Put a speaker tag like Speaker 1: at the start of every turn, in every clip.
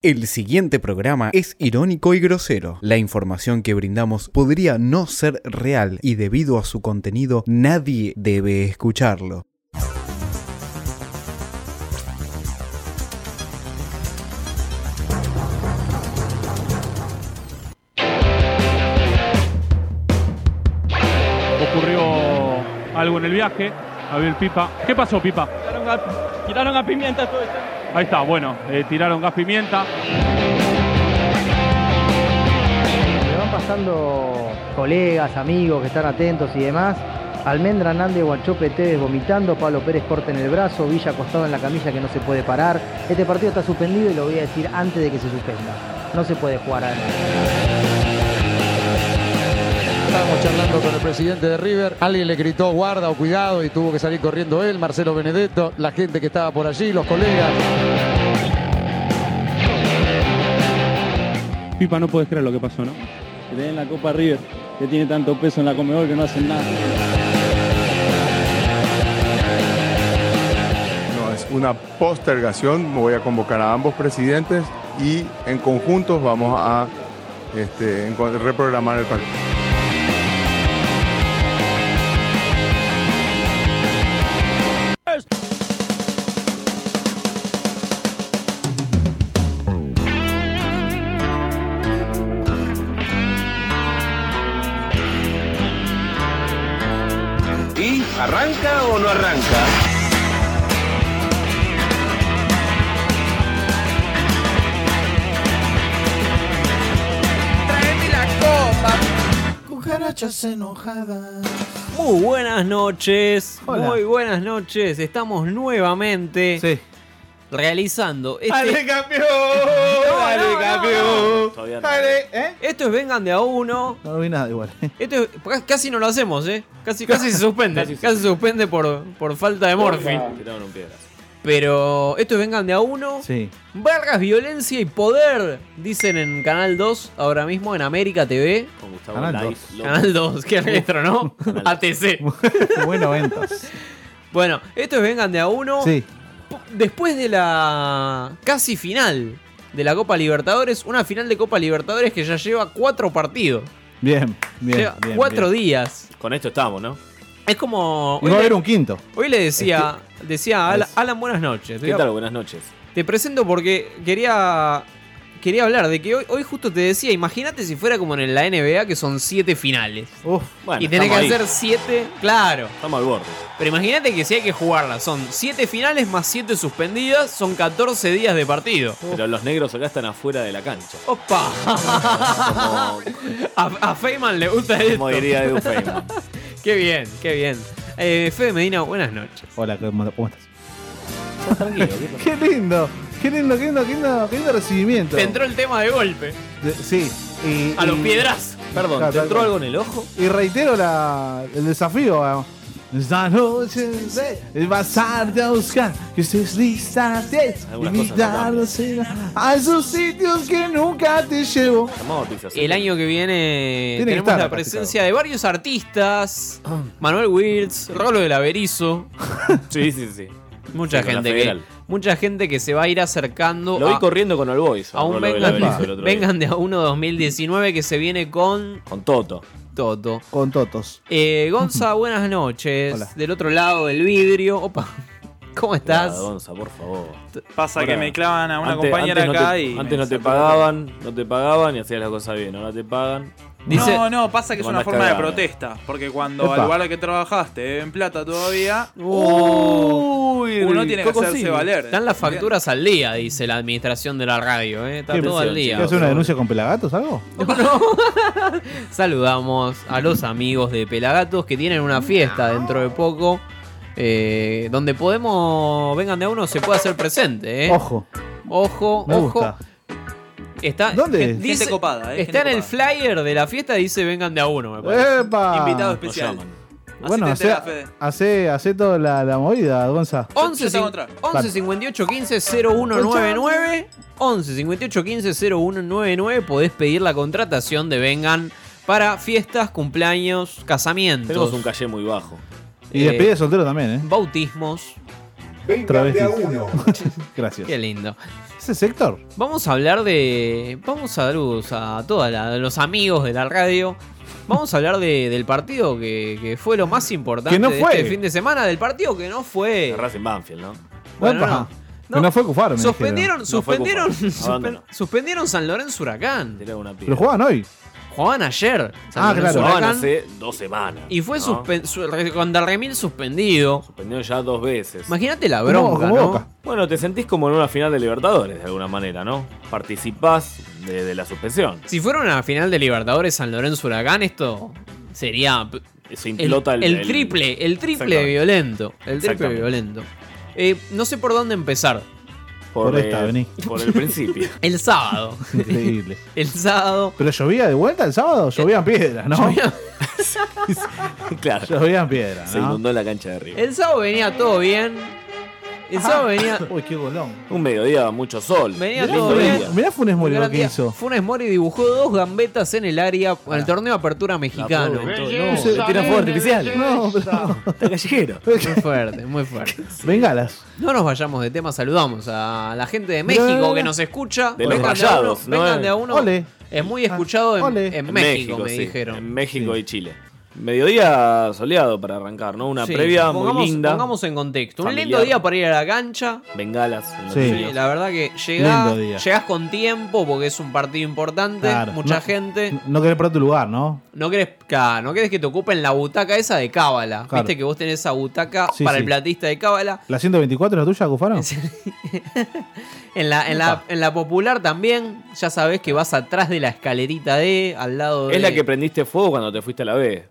Speaker 1: El siguiente programa es irónico y grosero. La información que brindamos podría no ser real y debido a su contenido nadie debe escucharlo.
Speaker 2: ocurrió algo en el viaje. Abel Pipa. ¿Qué pasó, Pipa?
Speaker 3: Tiraron a, tiraron a pimienta todo esto.
Speaker 4: Ah,
Speaker 2: Ahí está, bueno, eh, tiraron gas pimienta.
Speaker 5: Me van pasando colegas, amigos que están atentos y demás. Almendra Hernández, Guanchope Tevez vomitando, Pablo Pérez corte en el brazo, Villa acostado en la camilla que no se puede parar. Este partido está suspendido y lo voy a decir antes de que se suspenda. No se puede jugar a
Speaker 6: Estábamos charlando con el presidente de River, alguien le gritó guarda o cuidado y tuvo que salir corriendo él, Marcelo Benedetto, la gente que estaba por allí, los colegas.
Speaker 2: Pipa, no puedes creer lo que pasó, ¿no?
Speaker 3: Que le den la Copa River, que tiene tanto peso en la comedor que no hacen nada.
Speaker 7: No, es una postergación. Me voy a convocar a ambos presidentes y en conjuntos vamos a este, en cua- reprogramar el partido.
Speaker 8: ¿Y arranca o no arranca?
Speaker 4: Muy buenas noches, muy buenas noches. Estamos nuevamente realizando este. Esto es Vengan de a uno.
Speaker 9: No vi nada igual.
Speaker 4: Esto es- ca- casi no lo hacemos, ¿eh? Casi, casi se suspende. casi se suspende por, por falta de morfi. Pero esto es Vengan de a uno.
Speaker 9: Sí.
Speaker 4: Barras, violencia y poder, dicen en Canal 2, ahora mismo en América TV.
Speaker 9: Canal dos.
Speaker 4: Canal 2, qué retro, ¿no? ATC.
Speaker 9: Bueno, ventas.
Speaker 4: Bueno, esto es Vengan de a uno.
Speaker 9: Sí.
Speaker 4: Después de la casi final de la Copa Libertadores, una final de Copa Libertadores que ya lleva cuatro partidos.
Speaker 9: Bien, bien.
Speaker 4: lleva
Speaker 9: bien,
Speaker 4: cuatro
Speaker 9: bien.
Speaker 4: días.
Speaker 10: Con esto estamos, ¿no?
Speaker 4: Es como.
Speaker 9: Y
Speaker 4: Hoy,
Speaker 9: va a haber
Speaker 4: le,
Speaker 9: un quinto.
Speaker 4: hoy le decía, decía a Ala- Alan, buenas noches.
Speaker 10: ¿Qué tal? Buenas noches.
Speaker 4: Te presento porque quería. Quería hablar de que hoy, hoy justo te decía, imagínate si fuera como en la NBA que son siete finales.
Speaker 9: Uf.
Speaker 10: Bueno,
Speaker 4: y tenés que
Speaker 10: estamos ahí,
Speaker 4: hacer siete. Claro.
Speaker 10: Estamos al borde.
Speaker 4: Pero imagínate que si hay que jugarlas, son 7 finales más 7 suspendidas, son 14 días de partido.
Speaker 10: Pero los negros acá están afuera de la cancha.
Speaker 4: ¡Opa!
Speaker 10: Como,
Speaker 4: A, a Feynman le gusta esto.
Speaker 10: como diría Edu Feynman.
Speaker 4: Qué bien, qué bien. Eh, Fede Medina, buenas noches.
Speaker 9: Hola, ¿cómo, cómo estás? qué lindo. Qué lindo, qué lindo, qué lindo, qué lindo recibimiento.
Speaker 4: Te entró el tema de golpe,
Speaker 9: De- sí. Y,
Speaker 4: a los
Speaker 9: y-
Speaker 4: piedras.
Speaker 10: Perdón, ¿te entró algo en el ojo?
Speaker 9: Y reitero la, el desafío. ah. Esta noche de pasarte a buscar que estés lista de
Speaker 10: Algunas cosas no
Speaker 9: invitarnos a esos sitios que nunca te llevo.
Speaker 10: Llamado a Tiffy, así.
Speaker 4: El año que viene
Speaker 9: Tiene que
Speaker 4: tenemos
Speaker 9: estar
Speaker 4: la
Speaker 9: acá,
Speaker 4: presencia de varios artistas.
Speaker 10: Ah.
Speaker 4: Manuel Wills, Rolo del Averizo.
Speaker 10: Sí, sí, sí.
Speaker 4: Mucha
Speaker 10: Sí, con la
Speaker 4: gente que,
Speaker 10: federal.
Speaker 4: mucha gente que se va a ir acercando
Speaker 10: Lo vi
Speaker 4: a-
Speaker 10: corriendo con All Boys.
Speaker 4: a un
Speaker 10: Rolo de
Speaker 4: vengan,
Speaker 10: Laberizo el otro día.
Speaker 4: vengan de a uno 2019 que se viene con
Speaker 10: Con Toto.
Speaker 4: Toto.
Speaker 9: Con Totos.
Speaker 4: Eh, Gonza, buenas noches.
Speaker 9: Hola.
Speaker 4: Del otro lado del vidrio. Opa, ¿cómo
Speaker 10: Ah,
Speaker 4: estás?
Speaker 10: Gonza, por favor.
Speaker 3: Pasa
Speaker 10: Ahora,
Speaker 3: que me clavan a una
Speaker 10: Antes-
Speaker 3: compañera
Speaker 10: antes no
Speaker 3: acá
Speaker 10: te-
Speaker 3: y.
Speaker 10: Antes
Speaker 3: me
Speaker 10: no te
Speaker 3: sacan.
Speaker 10: pagaban, no te pagaban y hacías las cosas bien. Ahora te pagan.
Speaker 4: Dice-
Speaker 3: No, no, pasa que
Speaker 10: Te
Speaker 3: es una
Speaker 10: mandas
Speaker 3: forma de
Speaker 10: cagada.
Speaker 3: protesta. Porque cuando
Speaker 9: Epa.
Speaker 3: al lugar que trabajaste deben plata todavía,
Speaker 4: Uh.
Speaker 3: uh.
Speaker 10: Uy,
Speaker 3: uno tiene que hacerse valer.
Speaker 4: Están las facturas al día, dice la administración de la radio. eh. Está
Speaker 9: ¿Qué
Speaker 4: todo al
Speaker 10: presión,
Speaker 4: día.
Speaker 9: ¿Quieres hacer una denuncia con pelagatos algo?
Speaker 4: Saludamos a los amigos de Pelagatos que tienen una fiesta dentro de poco. eh, donde podemos, vengan de a uno, se puede hacer presente. eh.
Speaker 9: Ojo,
Speaker 4: ojo,
Speaker 9: me
Speaker 4: ojo.
Speaker 9: gusta.
Speaker 4: Está,
Speaker 9: ¿Dónde?
Speaker 4: gen-
Speaker 9: Gente
Speaker 4: dice-
Speaker 3: copada, eh,
Speaker 4: Está en
Speaker 3: gente
Speaker 4: el
Speaker 3: copada.
Speaker 4: flyer de la fiesta, dice vengan de a uno. Me parece.
Speaker 9: ¡Epa!
Speaker 3: Invitado
Speaker 10: Nos
Speaker 3: especial.
Speaker 10: llaman.
Speaker 3: Así
Speaker 9: Bueno,
Speaker 3: te
Speaker 9: hace,
Speaker 3: enterás, Fede.
Speaker 9: hace, hace toda la, la movida, Gonza.
Speaker 3: Yo
Speaker 4: 11,
Speaker 3: te hago
Speaker 4: cin-
Speaker 3: otra.
Speaker 4: 11 58 15 0199 11 58 15 0199 podés pedir la contratación de Vengan para fiestas, cumpleaños,
Speaker 10: Tenemos
Speaker 4: casamientos,
Speaker 10: un calle muy bajo.
Speaker 9: Y
Speaker 4: Eh,
Speaker 9: despedida de soltero también, ¿eh?
Speaker 4: bautismos.
Speaker 9: Travestis. Gracias.
Speaker 4: Qué lindo.
Speaker 9: ese sector?
Speaker 4: Vamos a hablar de. Vamos a saludos a todos los amigos de la radio. Vamos a hablar de- del partido que, que fue lo más importante
Speaker 9: Que no
Speaker 4: de
Speaker 9: fue.
Speaker 4: este fin de semana, del partido que no fue. Racing Banfield, ¿no? Bueno,
Speaker 9: Opa.
Speaker 4: no.
Speaker 9: Que no fue Cufaro, me
Speaker 4: Suspendieron,
Speaker 9: dijeron.
Speaker 4: suspendieron, suspen- suspendieron San Lorenzo Huracán.
Speaker 9: Pero jugaban hoy.
Speaker 4: Jugaban ayer. San
Speaker 9: Ah,
Speaker 4: Lorenzo
Speaker 9: claro.
Speaker 10: Jugaban
Speaker 4: Huracán.
Speaker 10: hace dos semanas.
Speaker 4: Y fue
Speaker 10: ¿no?
Speaker 4: suspen- su- re- con Darremil suspendido.
Speaker 10: Suspendido ya dos veces.
Speaker 4: Imagínate la bronca, ¿no?
Speaker 10: Bueno, te sentís como en una final de Libertadores, de alguna manera, ¿no? Participás de, de la suspensión.
Speaker 4: Si fuera una final de Libertadores San Lorenzo Huracán, esto sería p-
Speaker 10: Se
Speaker 4: el,
Speaker 10: implota el,
Speaker 4: el triple, el triple violento. El triple
Speaker 10: Exactamente.
Speaker 4: violento. Eh, no sé por dónde empezar.
Speaker 10: Por,
Speaker 9: Por esta,
Speaker 10: eh,
Speaker 9: vení.
Speaker 10: Por el principio.
Speaker 4: El sábado.
Speaker 9: Increíble.
Speaker 4: el sábado.
Speaker 9: ¿Pero llovía de vuelta el
Speaker 4: Eh,
Speaker 9: sábado? Llovían piedras, ¿no?
Speaker 10: claro.
Speaker 9: Llovían piedras,
Speaker 10: Se
Speaker 9: ¿no?
Speaker 10: inundó la cancha de arriba.
Speaker 4: El sábado venía todo bien. El sábado venía.
Speaker 9: Uy, qué golón.
Speaker 10: Un mediodía, mucho sol.
Speaker 4: Venía
Speaker 10: Lindo
Speaker 4: todo
Speaker 10: día.
Speaker 4: bien.
Speaker 9: Mirá Funes Mori lo
Speaker 4: Gran
Speaker 9: que
Speaker 4: día.
Speaker 9: hizo.
Speaker 4: Funes Mori dibujó dos gambetas en el área en el torneo de Apertura Mexicano.
Speaker 9: puedo ver todo.
Speaker 4: No,
Speaker 9: Belleza,
Speaker 4: le
Speaker 9: nene, No,
Speaker 10: callejero.
Speaker 4: Muy fuerte, muy fuerte.
Speaker 9: Bengalas.
Speaker 4: No nos vayamos de tema, saludamos a la gente de México
Speaker 9: Mirá.
Speaker 4: que nos escucha.
Speaker 10: De los
Speaker 4: Vengan de a uno,
Speaker 10: rayados, ¿no?
Speaker 4: vengan de a uno.
Speaker 9: Ole.
Speaker 4: Es muy escuchado en,
Speaker 9: Ole.
Speaker 4: en
Speaker 10: En
Speaker 4: México, me
Speaker 10: sí.
Speaker 4: dijeron.
Speaker 10: En México y Chile. Mediodía soleado para arrancar, ¿no? Una
Speaker 4: Sí,
Speaker 10: previa
Speaker 4: pongamos,
Speaker 10: muy linda.
Speaker 4: Pongamos en contexto.
Speaker 10: Familiar.
Speaker 4: Un lindo día para ir a la cancha.
Speaker 10: Bengalas. en los
Speaker 9: Sí.
Speaker 10: niños.
Speaker 4: Sí, la verdad que llegás,
Speaker 9: Lindo día.
Speaker 4: llegás con tiempo porque es un partido importante.
Speaker 9: Claro,
Speaker 4: Mucha
Speaker 9: no-
Speaker 4: gente.
Speaker 9: No querés perder tu lugar, ¿no?
Speaker 4: No querés, claro, no querés que te ocupen la butaca esa de Cábala.
Speaker 9: Claro.
Speaker 4: Viste que vos tenés esa butaca
Speaker 9: Sí,
Speaker 4: para
Speaker 9: sí.
Speaker 4: el platista de Cábala.
Speaker 9: ¿La 124 es la tuya, Cufaro?
Speaker 4: En la, en, la, en la popular también, ya sabés que vas atrás de la escalerita D, al lado de.
Speaker 10: Es la que prendiste fuego cuando te fuiste a la B.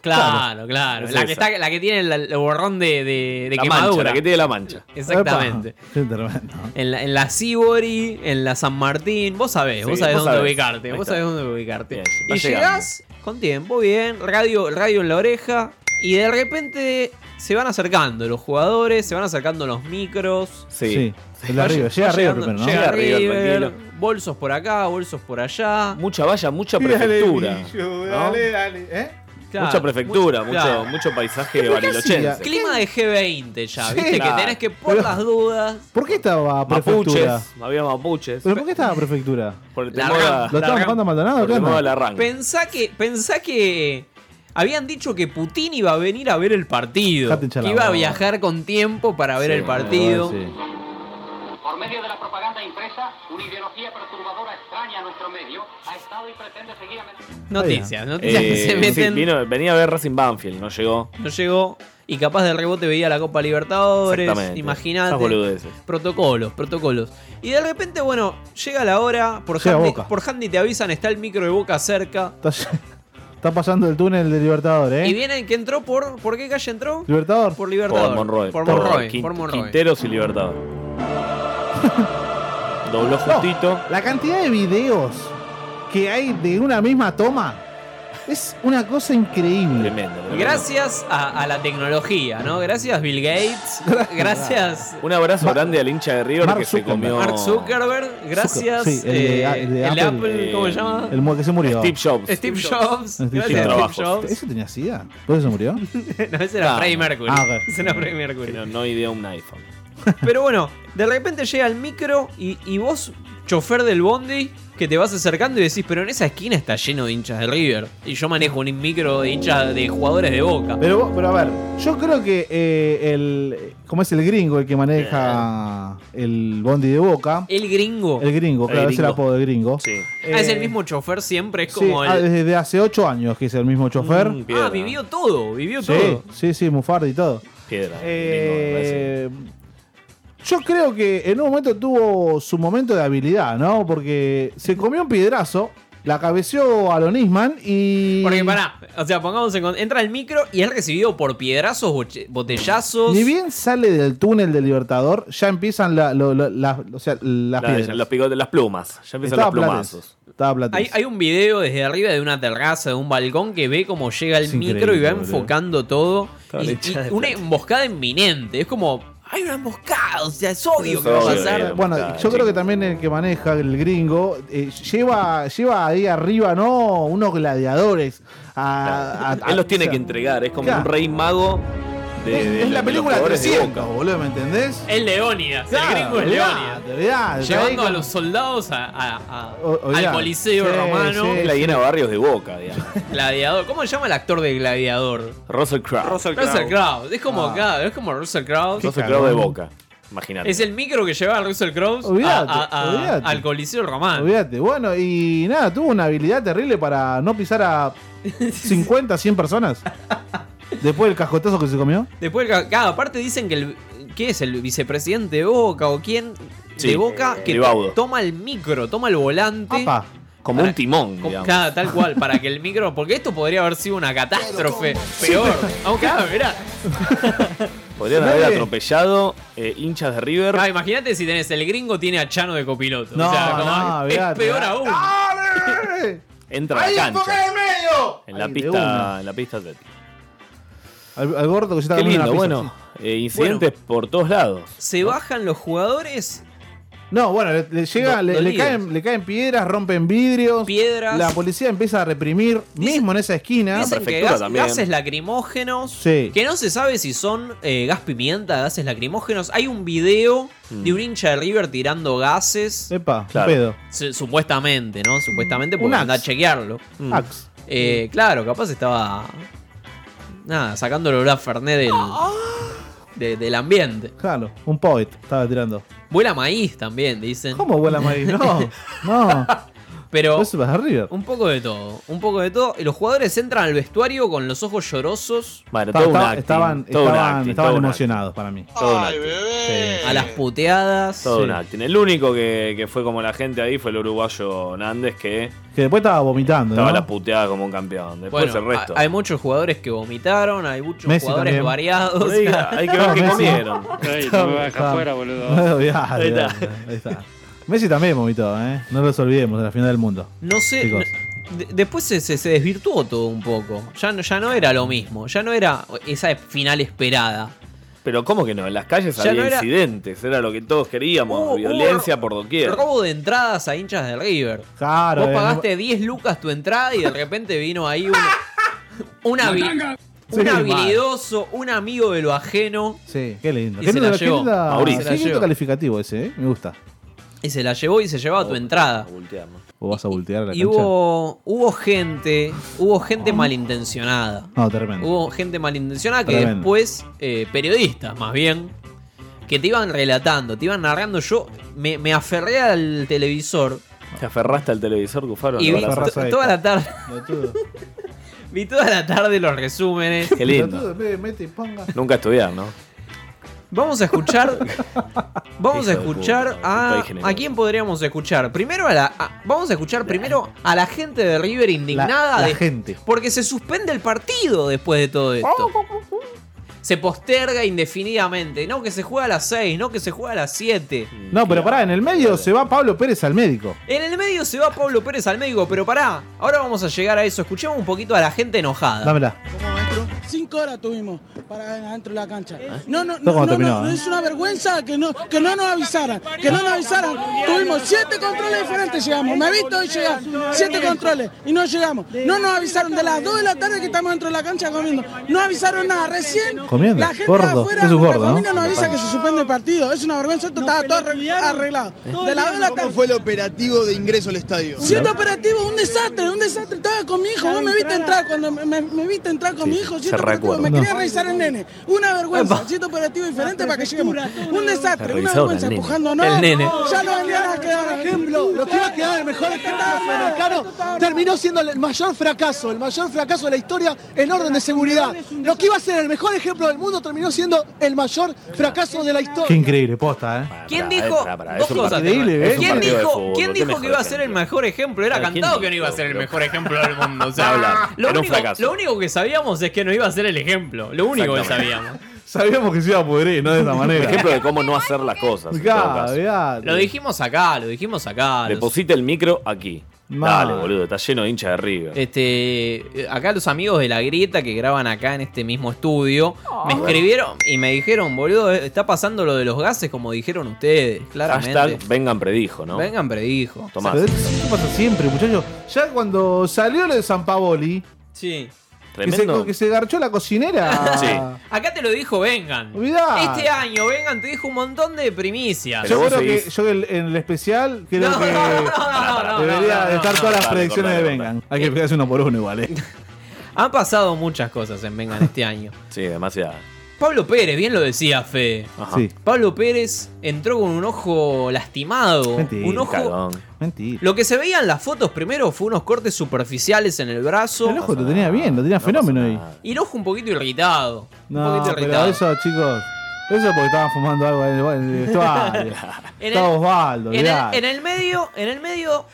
Speaker 4: Claro, claro.
Speaker 10: Es
Speaker 4: la, que
Speaker 10: esa.
Speaker 4: está, la que tiene el, el borrón de, de, de
Speaker 10: la
Speaker 4: quemadura.
Speaker 10: mancha, la que tiene la mancha.
Speaker 4: Exactamente.
Speaker 9: Epa, qué tremendo.
Speaker 4: En la, en la Cibori, en la San Martín, vos sabés,
Speaker 10: Sí,
Speaker 4: vos sabés
Speaker 10: vos
Speaker 4: dónde
Speaker 10: sabés.
Speaker 4: ubicarte,
Speaker 10: Ahí
Speaker 4: vos
Speaker 10: está.
Speaker 4: sabés dónde ubicarte.
Speaker 10: Bien,
Speaker 4: y
Speaker 10: va llegando.
Speaker 4: llegás con tiempo, bien, radio, radio en la oreja, y de repente se van acercando los jugadores, se van acercando los micros.
Speaker 10: Sí.
Speaker 9: El de arriba. Llega
Speaker 4: Va
Speaker 9: arriba
Speaker 4: llegando-
Speaker 9: primero, ¿no?
Speaker 4: Llega
Speaker 10: Llega River,
Speaker 4: River,
Speaker 10: tranquilo.
Speaker 4: bolsos por acá, bolsos por allá.
Speaker 10: Mucha valla, mucha prefectura. ¿no?
Speaker 9: dale. ¿Eh?
Speaker 4: Claro,
Speaker 10: mucha prefectura, mucho,
Speaker 4: claro.
Speaker 10: mucho paisaje
Speaker 9: ¿Por qué hacía?
Speaker 10: barilochense.
Speaker 4: Clima de G20 ya,
Speaker 9: Sí,
Speaker 4: viste,
Speaker 10: claro.
Speaker 4: que tenés que por
Speaker 9: Pero-
Speaker 4: las dudas.
Speaker 9: ¿Por qué estaba prefectura?
Speaker 10: Mapuches, había mapuches.
Speaker 9: ¿Pero por qué estaba prefectura?
Speaker 10: Por el
Speaker 4: La
Speaker 10: temor
Speaker 4: RAM.
Speaker 10: a-
Speaker 9: ¿Lo estaban
Speaker 4: Largan-
Speaker 9: jugando a Maldonado?
Speaker 10: por
Speaker 9: ¿Qué
Speaker 10: el temor
Speaker 9: onda?
Speaker 10: al arranque.
Speaker 4: Pensá que, pensá que habían dicho que Putin iba a venir a ver el partido.
Speaker 9: Dejate
Speaker 4: Que
Speaker 9: hinchar la
Speaker 4: iba a
Speaker 9: bola.
Speaker 4: viajar con tiempo para ver
Speaker 10: Sí,
Speaker 4: el
Speaker 10: bueno,
Speaker 4: partido.
Speaker 9: Sí.
Speaker 3: Por medio de la propaganda impresa, una ideología perturbadora extraña a nuestro medio ha estado y pretende seguir amenazando.
Speaker 4: Noticias, noticias que
Speaker 10: Eh,
Speaker 4: se meten.
Speaker 10: sí, vino- venía a ver Racing Banfield, no llegó.
Speaker 4: No llegó. Y capaz del rebote veía la Copa Libertadores.
Speaker 10: Exactamente. Esas
Speaker 4: Imagínate.
Speaker 10: boludeces.
Speaker 4: Protocolos, protocolos. Y de repente, bueno, llega la hora. Por,
Speaker 9: Llega
Speaker 4: handy,
Speaker 9: Boca.
Speaker 4: por handy te avisan, está el micro de boca cerca.
Speaker 9: Está, está pasando el túnel de Libertadores,
Speaker 4: Y
Speaker 9: ¿eh?
Speaker 4: viene el que entró por. ¿Por qué calle entró?
Speaker 9: Libertador.
Speaker 4: Por
Speaker 10: Por
Speaker 4: Libertadores.
Speaker 10: Monroe.
Speaker 4: Por Monroe.
Speaker 10: Quin-
Speaker 4: por Monroe.
Speaker 10: Quinteros y Libertadores. Dobló
Speaker 9: No,
Speaker 10: justito.
Speaker 9: Oh, la cantidad de videos que hay de una misma toma es una cosa increíble.
Speaker 10: Tremendo. tremendo.
Speaker 4: Gracias a, a la tecnología, ¿no? Gracias Bill Gates, gracias
Speaker 10: Un abrazo grande al hincha de River
Speaker 9: Mark
Speaker 10: que se
Speaker 9: Zuckerberg.
Speaker 10: comió.
Speaker 4: Mark Zuckerberg, gracias
Speaker 9: Zucker- sí, el de-
Speaker 4: eh,
Speaker 9: el de Apple,
Speaker 4: ¿cómo se
Speaker 10: eh,
Speaker 4: llama?
Speaker 9: El mu- que se murió.
Speaker 10: Steve Jobs.
Speaker 4: Eh, Steve Jobs,
Speaker 9: Steve
Speaker 4: gracias a
Speaker 10: Jobs.
Speaker 4: Steve Jobs.
Speaker 9: ¿Eso tenía sida? ¿Por eso murió?
Speaker 4: No, ese era
Speaker 10: Ah,
Speaker 4: Freddie Mercury.
Speaker 9: ah, ok.
Speaker 4: Ese era Freddie
Speaker 10: Que
Speaker 4: Mercury.
Speaker 10: no, no ideó un iPhone.
Speaker 4: Pero bueno, de repente llega el micro y, y vos, chofer del bondi, que te vas acercando y decís, pero en esa esquina está lleno de hinchas de River. Y yo manejo un micro de hinchas de jugadores de Boca.
Speaker 9: Pero, vos- pero a ver, yo creo que eh, el. ¿Cómo es el gringo el que maneja el bondi de boca?
Speaker 4: El gringo.
Speaker 9: El gringo,
Speaker 10: Eh. El
Speaker 9: claro, es el
Speaker 10: gringo.
Speaker 9: apodo del gringo.
Speaker 10: Sí.
Speaker 4: Eh. Ah, es
Speaker 9: Eh,
Speaker 4: el mismo chofer siempre, es
Speaker 9: sí,
Speaker 4: como
Speaker 9: ah,
Speaker 4: el...
Speaker 9: desde hace 8 años que es el mismo chofer.
Speaker 10: Mm, piedra.
Speaker 4: Ah, vivió todo, vivió
Speaker 9: sí,
Speaker 4: todo.
Speaker 9: sí, sí, Mufardi y todo.
Speaker 10: Piedra.
Speaker 9: Eh, yo creo que en un momento tuvo su momento de habilidad, ¿no? Porque se comió un piedrazo, la cabeceó a lo Nisman y.
Speaker 4: Porque pará, o sea, pongamos en con- entra el micro y es recibido por piedrazos, boche- botellazos.
Speaker 9: Ni bien sale del túnel del Libertador, ya empiezan la- lo- lo- la- o sea, las
Speaker 10: La-
Speaker 9: piedras.
Speaker 10: los picotes, las plumas. Ya empiezan
Speaker 9: Estaba
Speaker 10: los plumazos.
Speaker 9: Platense, Estaba Platense.
Speaker 4: Hay, hay un video desde arriba de una terraza, de un balcón, que ve cómo llega el
Speaker 9: Es
Speaker 4: micro y va
Speaker 9: increíble, boludo.
Speaker 4: enfocando todo.
Speaker 10: Toda
Speaker 4: Y,
Speaker 10: la
Speaker 4: y
Speaker 10: hinchada de
Speaker 4: una
Speaker 10: Platense.
Speaker 4: emboscada inminente. Es como, hay una emboscada, o sea, es obvio
Speaker 10: Es
Speaker 4: que va a
Speaker 10: obvio,
Speaker 4: pasar.
Speaker 10: era.
Speaker 9: Bueno, yo
Speaker 10: Claro,
Speaker 9: creo
Speaker 10: sí.
Speaker 9: que también el que maneja el gringo eh, lleva, lleva ahí arriba, ¿no? Unos gladiadores. a- a- a-
Speaker 10: Ah, Él los tiene
Speaker 9: o sea,
Speaker 10: que entregar. Es como
Speaker 9: claro.
Speaker 10: un rey mago de- de-
Speaker 9: es
Speaker 10: de
Speaker 9: la
Speaker 10: los
Speaker 9: película
Speaker 10: jugadores de
Speaker 9: 300, boludo, ¿me entendés?
Speaker 4: Es Leónidas,
Speaker 9: Claro,
Speaker 4: el gringo es
Speaker 9: olvidate,
Speaker 4: Leónidas.
Speaker 9: olvidate, ahí
Speaker 4: Llevando a
Speaker 9: con-
Speaker 4: los soldados a- a- a-
Speaker 9: O- olvidate.
Speaker 4: al Coliseo
Speaker 9: Sí,
Speaker 4: Romano.
Speaker 9: sí,
Speaker 10: la
Speaker 9: sí.
Speaker 10: llena Barrios de Boca, digamos.
Speaker 4: Gladiador. ¿Cómo se llama el actor de Gladiador?
Speaker 10: Russell Crowe.
Speaker 4: Russell Crowe. Es como
Speaker 10: Ah.
Speaker 4: acá, es como Russell Crowe.
Speaker 10: Russell Crowe de Boca. Imagínate.
Speaker 4: Es el micro que lleva a Russell Crowe a-
Speaker 9: Olvidate,
Speaker 4: a- a-
Speaker 9: olvidate.
Speaker 4: al Coliseo Romano.
Speaker 9: Olvídate, bueno, y nada, tuvo una habilidad terrible para no pisar a 50, 100 personas. Después del cascotazo que se comió.
Speaker 4: Después, ca- ca- aparte dicen que el. ¿Qué es el vicepresidente de Boca o quién?
Speaker 10: Sí, eh,
Speaker 4: de Boca que
Speaker 10: Ribaudo.
Speaker 4: to- toma el micro, toma el volante.
Speaker 10: Como un timón,
Speaker 4: Como-
Speaker 10: digamos.
Speaker 4: claro, tal cual, para que el micro. Porque esto podría haber sido una catástrofe peor. Aunque, ah, mirá.
Speaker 10: Podrían
Speaker 4: Nadie-
Speaker 10: haber atropellado eh, hinchas de River.
Speaker 4: Ah, imagínate si tenés el gringo tiene a Chano de copiloto.
Speaker 10: No,
Speaker 4: o sea, como-
Speaker 10: no,
Speaker 4: es
Speaker 10: olvidate.
Speaker 4: peor aún.
Speaker 10: Entra a la cancha.
Speaker 9: en medio!
Speaker 10: En la
Speaker 9: Ahí, de
Speaker 10: pista,
Speaker 9: una.
Speaker 10: en la pista atlética.
Speaker 9: Al, al gordo que se está
Speaker 10: Qué
Speaker 9: comiendo
Speaker 10: lindo,
Speaker 9: una pizza,
Speaker 10: bueno. eh, incidentes por todos lados.
Speaker 4: Se bajan los jugadores.
Speaker 9: sí. No, bueno, le, le llega,
Speaker 4: Do-
Speaker 9: le, le
Speaker 4: dolidos.
Speaker 9: caen, le caen piedras, rompen vidrios.
Speaker 4: Piedras.
Speaker 9: La policía empieza a reprimir, mismo en esa esquina.
Speaker 4: Dicen que gas- gases lacrimógenos.
Speaker 9: Sí.
Speaker 4: Que no se sabe si son eh, gas pimienta, gases lacrimógenos. Hay un video de un hincha de River tirando gases.
Speaker 9: Mm. Epa, un
Speaker 4: Claro.
Speaker 9: pedo. Mm.
Speaker 4: Se- Supuestamente, ¿no? Supuestamente
Speaker 9: Un
Speaker 4: porque anda a
Speaker 9: axe.
Speaker 4: chequearlo. Mm.
Speaker 9: Axe.
Speaker 4: Eh, claro, capaz estaba. Nada, sacando el olor a Fernet del, de- del ambiente.
Speaker 9: Claro, un poet estaba tirando.
Speaker 4: Vuela maíz también, dicen.
Speaker 9: ¿Cómo vuela maíz? No, no.
Speaker 4: Pero
Speaker 9: Eso vas a River.
Speaker 4: un poco de todo, un poco de todo. Y los jugadores entran al vestuario con los ojos llorosos.
Speaker 10: Bueno,
Speaker 9: Esta-
Speaker 10: todo un
Speaker 9: esta-
Speaker 10: acting,
Speaker 9: estaban
Speaker 10: todo un
Speaker 9: estaban-
Speaker 10: acting,
Speaker 9: estaban
Speaker 10: todo un
Speaker 9: emocionados para mí.
Speaker 10: acting, todo un acting.
Speaker 4: A las puteadas.
Speaker 10: Todo
Speaker 4: Sí.
Speaker 10: un acting. El único que, que fue como la gente ahí fue el uruguayo Nández que
Speaker 9: Que después estaba vomitando.
Speaker 10: estaba
Speaker 9: ¿no?
Speaker 10: la puteada como un campeón. Después
Speaker 4: Bueno,
Speaker 10: el resto.
Speaker 4: ha- Hay muchos jugadores que vomitaron, hay muchos
Speaker 9: Messi
Speaker 4: jugadores
Speaker 9: también.
Speaker 4: variados.
Speaker 10: Por ahí hay que ver qué
Speaker 9: Messi.
Speaker 10: comieron.
Speaker 11: Ey, no me va a dejar
Speaker 9: Ah.
Speaker 11: fuera,
Speaker 9: Olvidate,
Speaker 11: boludo. Ahí está.
Speaker 9: olvidate, ahí está. Messi también vomitó, ¿eh? No los olvidemos de la final del mundo.
Speaker 4: No sé.
Speaker 9: Chicos.
Speaker 4: no- de- después se, se- se desvirtuó todo un poco. Ya no, ya no era lo mismo. Ya no era esa final esperada.
Speaker 10: Pero ¿cómo que no? En las calles
Speaker 4: Ya
Speaker 10: había
Speaker 4: no era- Uh,
Speaker 10: incidentes, era lo que todos queríamos,
Speaker 4: Hubo-
Speaker 10: violencia por doquier.
Speaker 4: Robo de entradas a hinchas de River.
Speaker 9: Claro.
Speaker 4: Vos
Speaker 9: eh,
Speaker 4: pagaste 10 lucas tu entrada y de repente vino ahí un, un, habi- un
Speaker 9: Sí,
Speaker 4: habilidoso, un amigo de lo ajeno.
Speaker 9: Sí, qué lindo.
Speaker 4: Y
Speaker 9: Qué
Speaker 4: se
Speaker 9: lindo,
Speaker 4: la
Speaker 9: qué
Speaker 4: llevó.
Speaker 9: linda-
Speaker 4: Mauricio. Se
Speaker 9: sí,
Speaker 4: la
Speaker 9: qué lindo
Speaker 4: llevó.
Speaker 9: calificativo ese, ¿eh? Me gusta.
Speaker 4: Y se la llevó y se llevaba
Speaker 10: Oh,
Speaker 4: tu entrada.
Speaker 9: O vas a voltear la
Speaker 4: Y
Speaker 9: cancha.
Speaker 4: hubo, hubo gente, hubo gente malintencionada.
Speaker 9: No, tremendo.
Speaker 4: Hubo gente malintencionada que
Speaker 9: Tremendo.
Speaker 4: después, eh, periodistas más bien, que te iban relatando, te iban narrando. Yo me, me aferré al televisor
Speaker 10: Te aferraste al televisor, Cufaro.
Speaker 4: y
Speaker 10: lo
Speaker 4: vi to-
Speaker 10: abrazaste.
Speaker 4: toda la tarde,
Speaker 9: Pelotudo.
Speaker 4: vi toda la tarde los resúmenes.
Speaker 10: Qué lindo.
Speaker 9: Pelotudo, en vez de mete y ponga.
Speaker 10: Nunca estudiar, ¿no?
Speaker 4: Vamos a escuchar. vamos a
Speaker 10: Hijo de
Speaker 4: escuchar
Speaker 10: puta,
Speaker 4: a.
Speaker 10: estoy generoso.
Speaker 4: ¿A quién podríamos escuchar? Primero a la. a- vamos a escuchar primero a la gente de River indignada.
Speaker 9: La- la
Speaker 4: de-
Speaker 9: gente. Oh,
Speaker 4: Porque se suspende el partido después de todo esto. Se posterga indefinidamente. No que se juega a las 6, no que se juega a las 7.
Speaker 9: No, pero pará, en el medio se va Pablo Pérez al médico.
Speaker 4: En el medio se va Pablo Pérez al médico, pero pará. Ahora vamos a llegar a eso. Escuchemos un poquito a la gente enojada.
Speaker 9: Dámela.
Speaker 12: Cinco horas tuvimos para adentro de la cancha.
Speaker 9: ¿Eh?
Speaker 12: No, no,
Speaker 9: Todo
Speaker 12: no, no,
Speaker 9: cuando terminaba,
Speaker 12: no, no,
Speaker 9: ¿eh?
Speaker 12: es una vergüenza que no, que no nos avisaran, que no nos avisaran. Tuvimos siete controles diferentes, llegamos. Me he visto hoy llegar, siete controles y no llegamos. No nos avisaron de las dos de la tarde que estamos dentro de la cancha comiendo. No avisaron nada, recién
Speaker 9: Comiendo,
Speaker 12: la gente
Speaker 9: gordo,
Speaker 12: afuera
Speaker 9: es un
Speaker 12: nuestra
Speaker 9: gordo, ¿no?
Speaker 12: familia nos avisa que se suspende el partido. Es una vergüenza, esto estaba todo arre- arreglado. De las dos de la tarde.
Speaker 13: fue el operativo de ingreso al estadio?
Speaker 12: Siete operativos, un desastre, un desastre. Estaba con mi hijo, vos me viste entrar cuando me, me- me viste entrar con
Speaker 10: Sí,
Speaker 12: mi hijo.
Speaker 10: se
Speaker 12: Siete operativos,
Speaker 10: recuerda.
Speaker 12: me
Speaker 10: No.
Speaker 12: quería revisar el nene. Una vergüenza, siete operativos diferentes para que lleguemos. Un desastre,
Speaker 10: Se
Speaker 12: una
Speaker 10: revisaron
Speaker 12: vergüenza,
Speaker 10: al nene.
Speaker 12: empujando no.
Speaker 10: El nene.
Speaker 12: Ya lo vendían a quedar. Ejemplo, lo que va a quedar el mejor equipo
Speaker 13: Sudamericano terminó siendo el mayor fracaso, el mayor fracaso de la historia en orden de seguridad. Lo que iba a ser el mejor ejemplo del mundo terminó siendo el mayor fracaso de la
Speaker 9: Qué
Speaker 13: historia.
Speaker 9: increíble, posta, ¿eh?
Speaker 4: ¿Quién
Speaker 10: Pará,
Speaker 4: dijo?
Speaker 10: pará, pará,
Speaker 4: dos
Speaker 10: es un
Speaker 4: cosas.
Speaker 10: partido-
Speaker 9: Increíble,
Speaker 10: es
Speaker 9: ¿eh?
Speaker 10: un
Speaker 4: ¿Quién
Speaker 10: partido de
Speaker 4: dijo,
Speaker 10: fútbol,
Speaker 4: ¿quién
Speaker 10: qué
Speaker 4: dijo
Speaker 10: mejor
Speaker 4: que iba a ser el
Speaker 10: ejemplo?
Speaker 4: mejor ejemplo? Era
Speaker 10: Claro, ¿quién
Speaker 4: cantado que
Speaker 10: dijo?
Speaker 4: no iba a ser el
Speaker 10: Pero-
Speaker 4: mejor ejemplo del mundo. O sea,
Speaker 10: Ni hablar,
Speaker 4: lo,
Speaker 10: era un
Speaker 4: único,
Speaker 10: fracaso.
Speaker 4: lo único que sabíamos es que no iba a ser el ejemplo. Lo único que
Speaker 10: Exactamente.
Speaker 4: sabíamos.
Speaker 9: Sabíamos que se iba a pudrir, no de esa
Speaker 10: Un
Speaker 9: manera.
Speaker 10: ejemplo de cómo no hacer las cosas. en todo
Speaker 9: Claro,
Speaker 10: caso.
Speaker 9: mirá.
Speaker 4: Lo dijimos acá, lo dijimos acá. Los-
Speaker 10: Deposita el micro aquí.
Speaker 9: Mal.
Speaker 10: Dale, boludo, está lleno de hinchas de River.
Speaker 4: este, eh, acá los amigos de la grieta que graban acá en este mismo estudio me
Speaker 10: Ah.
Speaker 4: escribieron y me dijeron, boludo, eh, está pasando lo de los gases como dijeron ustedes, claramente.
Speaker 10: Hashtag vengan predijo, ¿no?
Speaker 4: Vengan predijo.
Speaker 10: Tomás.
Speaker 9: Pero esto pasa siempre, muchachos. Ya cuando salió lo de San Paoli,
Speaker 4: Sí.
Speaker 9: Que se,
Speaker 10: Tremendo.
Speaker 9: que se garchó la cocinera.
Speaker 10: Sí.
Speaker 4: Acá te lo dijo Vengan.
Speaker 9: Olvidá.
Speaker 4: Este año, Vengan, te dijo un montón de primicias.
Speaker 9: Yo creo que yo el- en el especial creo que debería
Speaker 4: no, no,
Speaker 9: estar
Speaker 4: no,
Speaker 9: todas las
Speaker 4: cortale,
Speaker 9: predicciones
Speaker 4: cortale,
Speaker 9: de Vengan. Hay que pegarse uno por uno igual, eh.
Speaker 4: Han pasado muchas cosas en Vengan este año.
Speaker 10: Sí, demasiado.
Speaker 4: Pablo Pérez, bien lo decía Fe.
Speaker 9: Sí.
Speaker 4: Pablo Pérez entró con un ojo lastimado.
Speaker 9: Mentira,
Speaker 4: un ojo.
Speaker 9: Mentira.
Speaker 4: Lo que se veía en las fotos primero fue unos cortes superficiales en el brazo.
Speaker 9: El ojo lo tenía bien, lo tenía fenómeno ahí.
Speaker 4: Y el ojo un poquito irritado. un
Speaker 9: No,
Speaker 4: poquito
Speaker 9: pero
Speaker 4: irritado.
Speaker 9: eso, chicos. Eso porque estaban fumando algo en el, en el vestuario.
Speaker 4: En
Speaker 9: Estaba
Speaker 4: el-
Speaker 9: Osvaldo,
Speaker 4: En
Speaker 9: olvidá.
Speaker 4: el, en el medio, en el medio.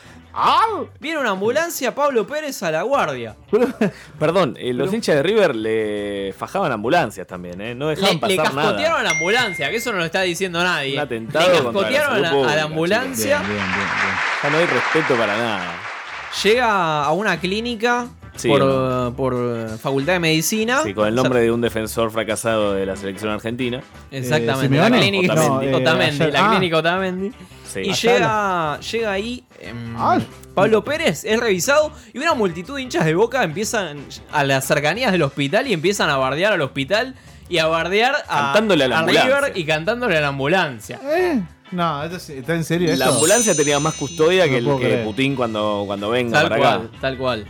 Speaker 4: Viene una ambulancia Pablo Pérez a la guardia.
Speaker 10: Perdón, eh, los hinchas de River le fajaban ambulancias también, ¿eh? No
Speaker 4: Le,
Speaker 10: dejaban
Speaker 4: le
Speaker 10: pasar
Speaker 4: cascotearon
Speaker 10: nada.
Speaker 4: a la ambulancia, que eso no lo está diciendo nadie.
Speaker 10: Un
Speaker 4: Le
Speaker 10: atentado contra la
Speaker 4: cascotearon a
Speaker 10: salud
Speaker 4: la, a
Speaker 10: pública,
Speaker 4: la ambulancia.
Speaker 10: chicos. Ya no hay respeto para nada.
Speaker 4: Llega a una clínica
Speaker 10: Sí,
Speaker 4: por,
Speaker 10: no.
Speaker 4: eh, por, eh, Facultad de Medicina.
Speaker 10: Sí, con el nombre de un defensor fracasado de la selección argentina. Eh,
Speaker 9: Eh,
Speaker 4: Exactamente, la clínica
Speaker 10: Otamendi.
Speaker 4: Otamendi, Otamendi,
Speaker 10: Eh,
Speaker 9: Ah.
Speaker 4: la
Speaker 10: Ah.
Speaker 4: clínica Otamendi.
Speaker 10: Sí.
Speaker 4: Y
Speaker 10: Ayala.
Speaker 4: llega, llega ahí em, Pablo Pérez, es revisado y una multitud de hinchas de boca empiezan a las cercanías del hospital y empiezan a bardear al hospital y a bardear a,
Speaker 10: Cantándole a la
Speaker 4: a
Speaker 10: ambulancia.
Speaker 4: River y cantándole a la ambulancia.
Speaker 9: ¿Eh? No, esto sí, está en serio.
Speaker 10: La
Speaker 9: esto?
Speaker 10: ambulancia tenía más custodia que, el,
Speaker 9: puedo
Speaker 10: que
Speaker 9: creer.
Speaker 10: Putin cuando, cuando venga
Speaker 4: Tal
Speaker 10: para
Speaker 4: cual,
Speaker 10: acá.
Speaker 4: tal cual.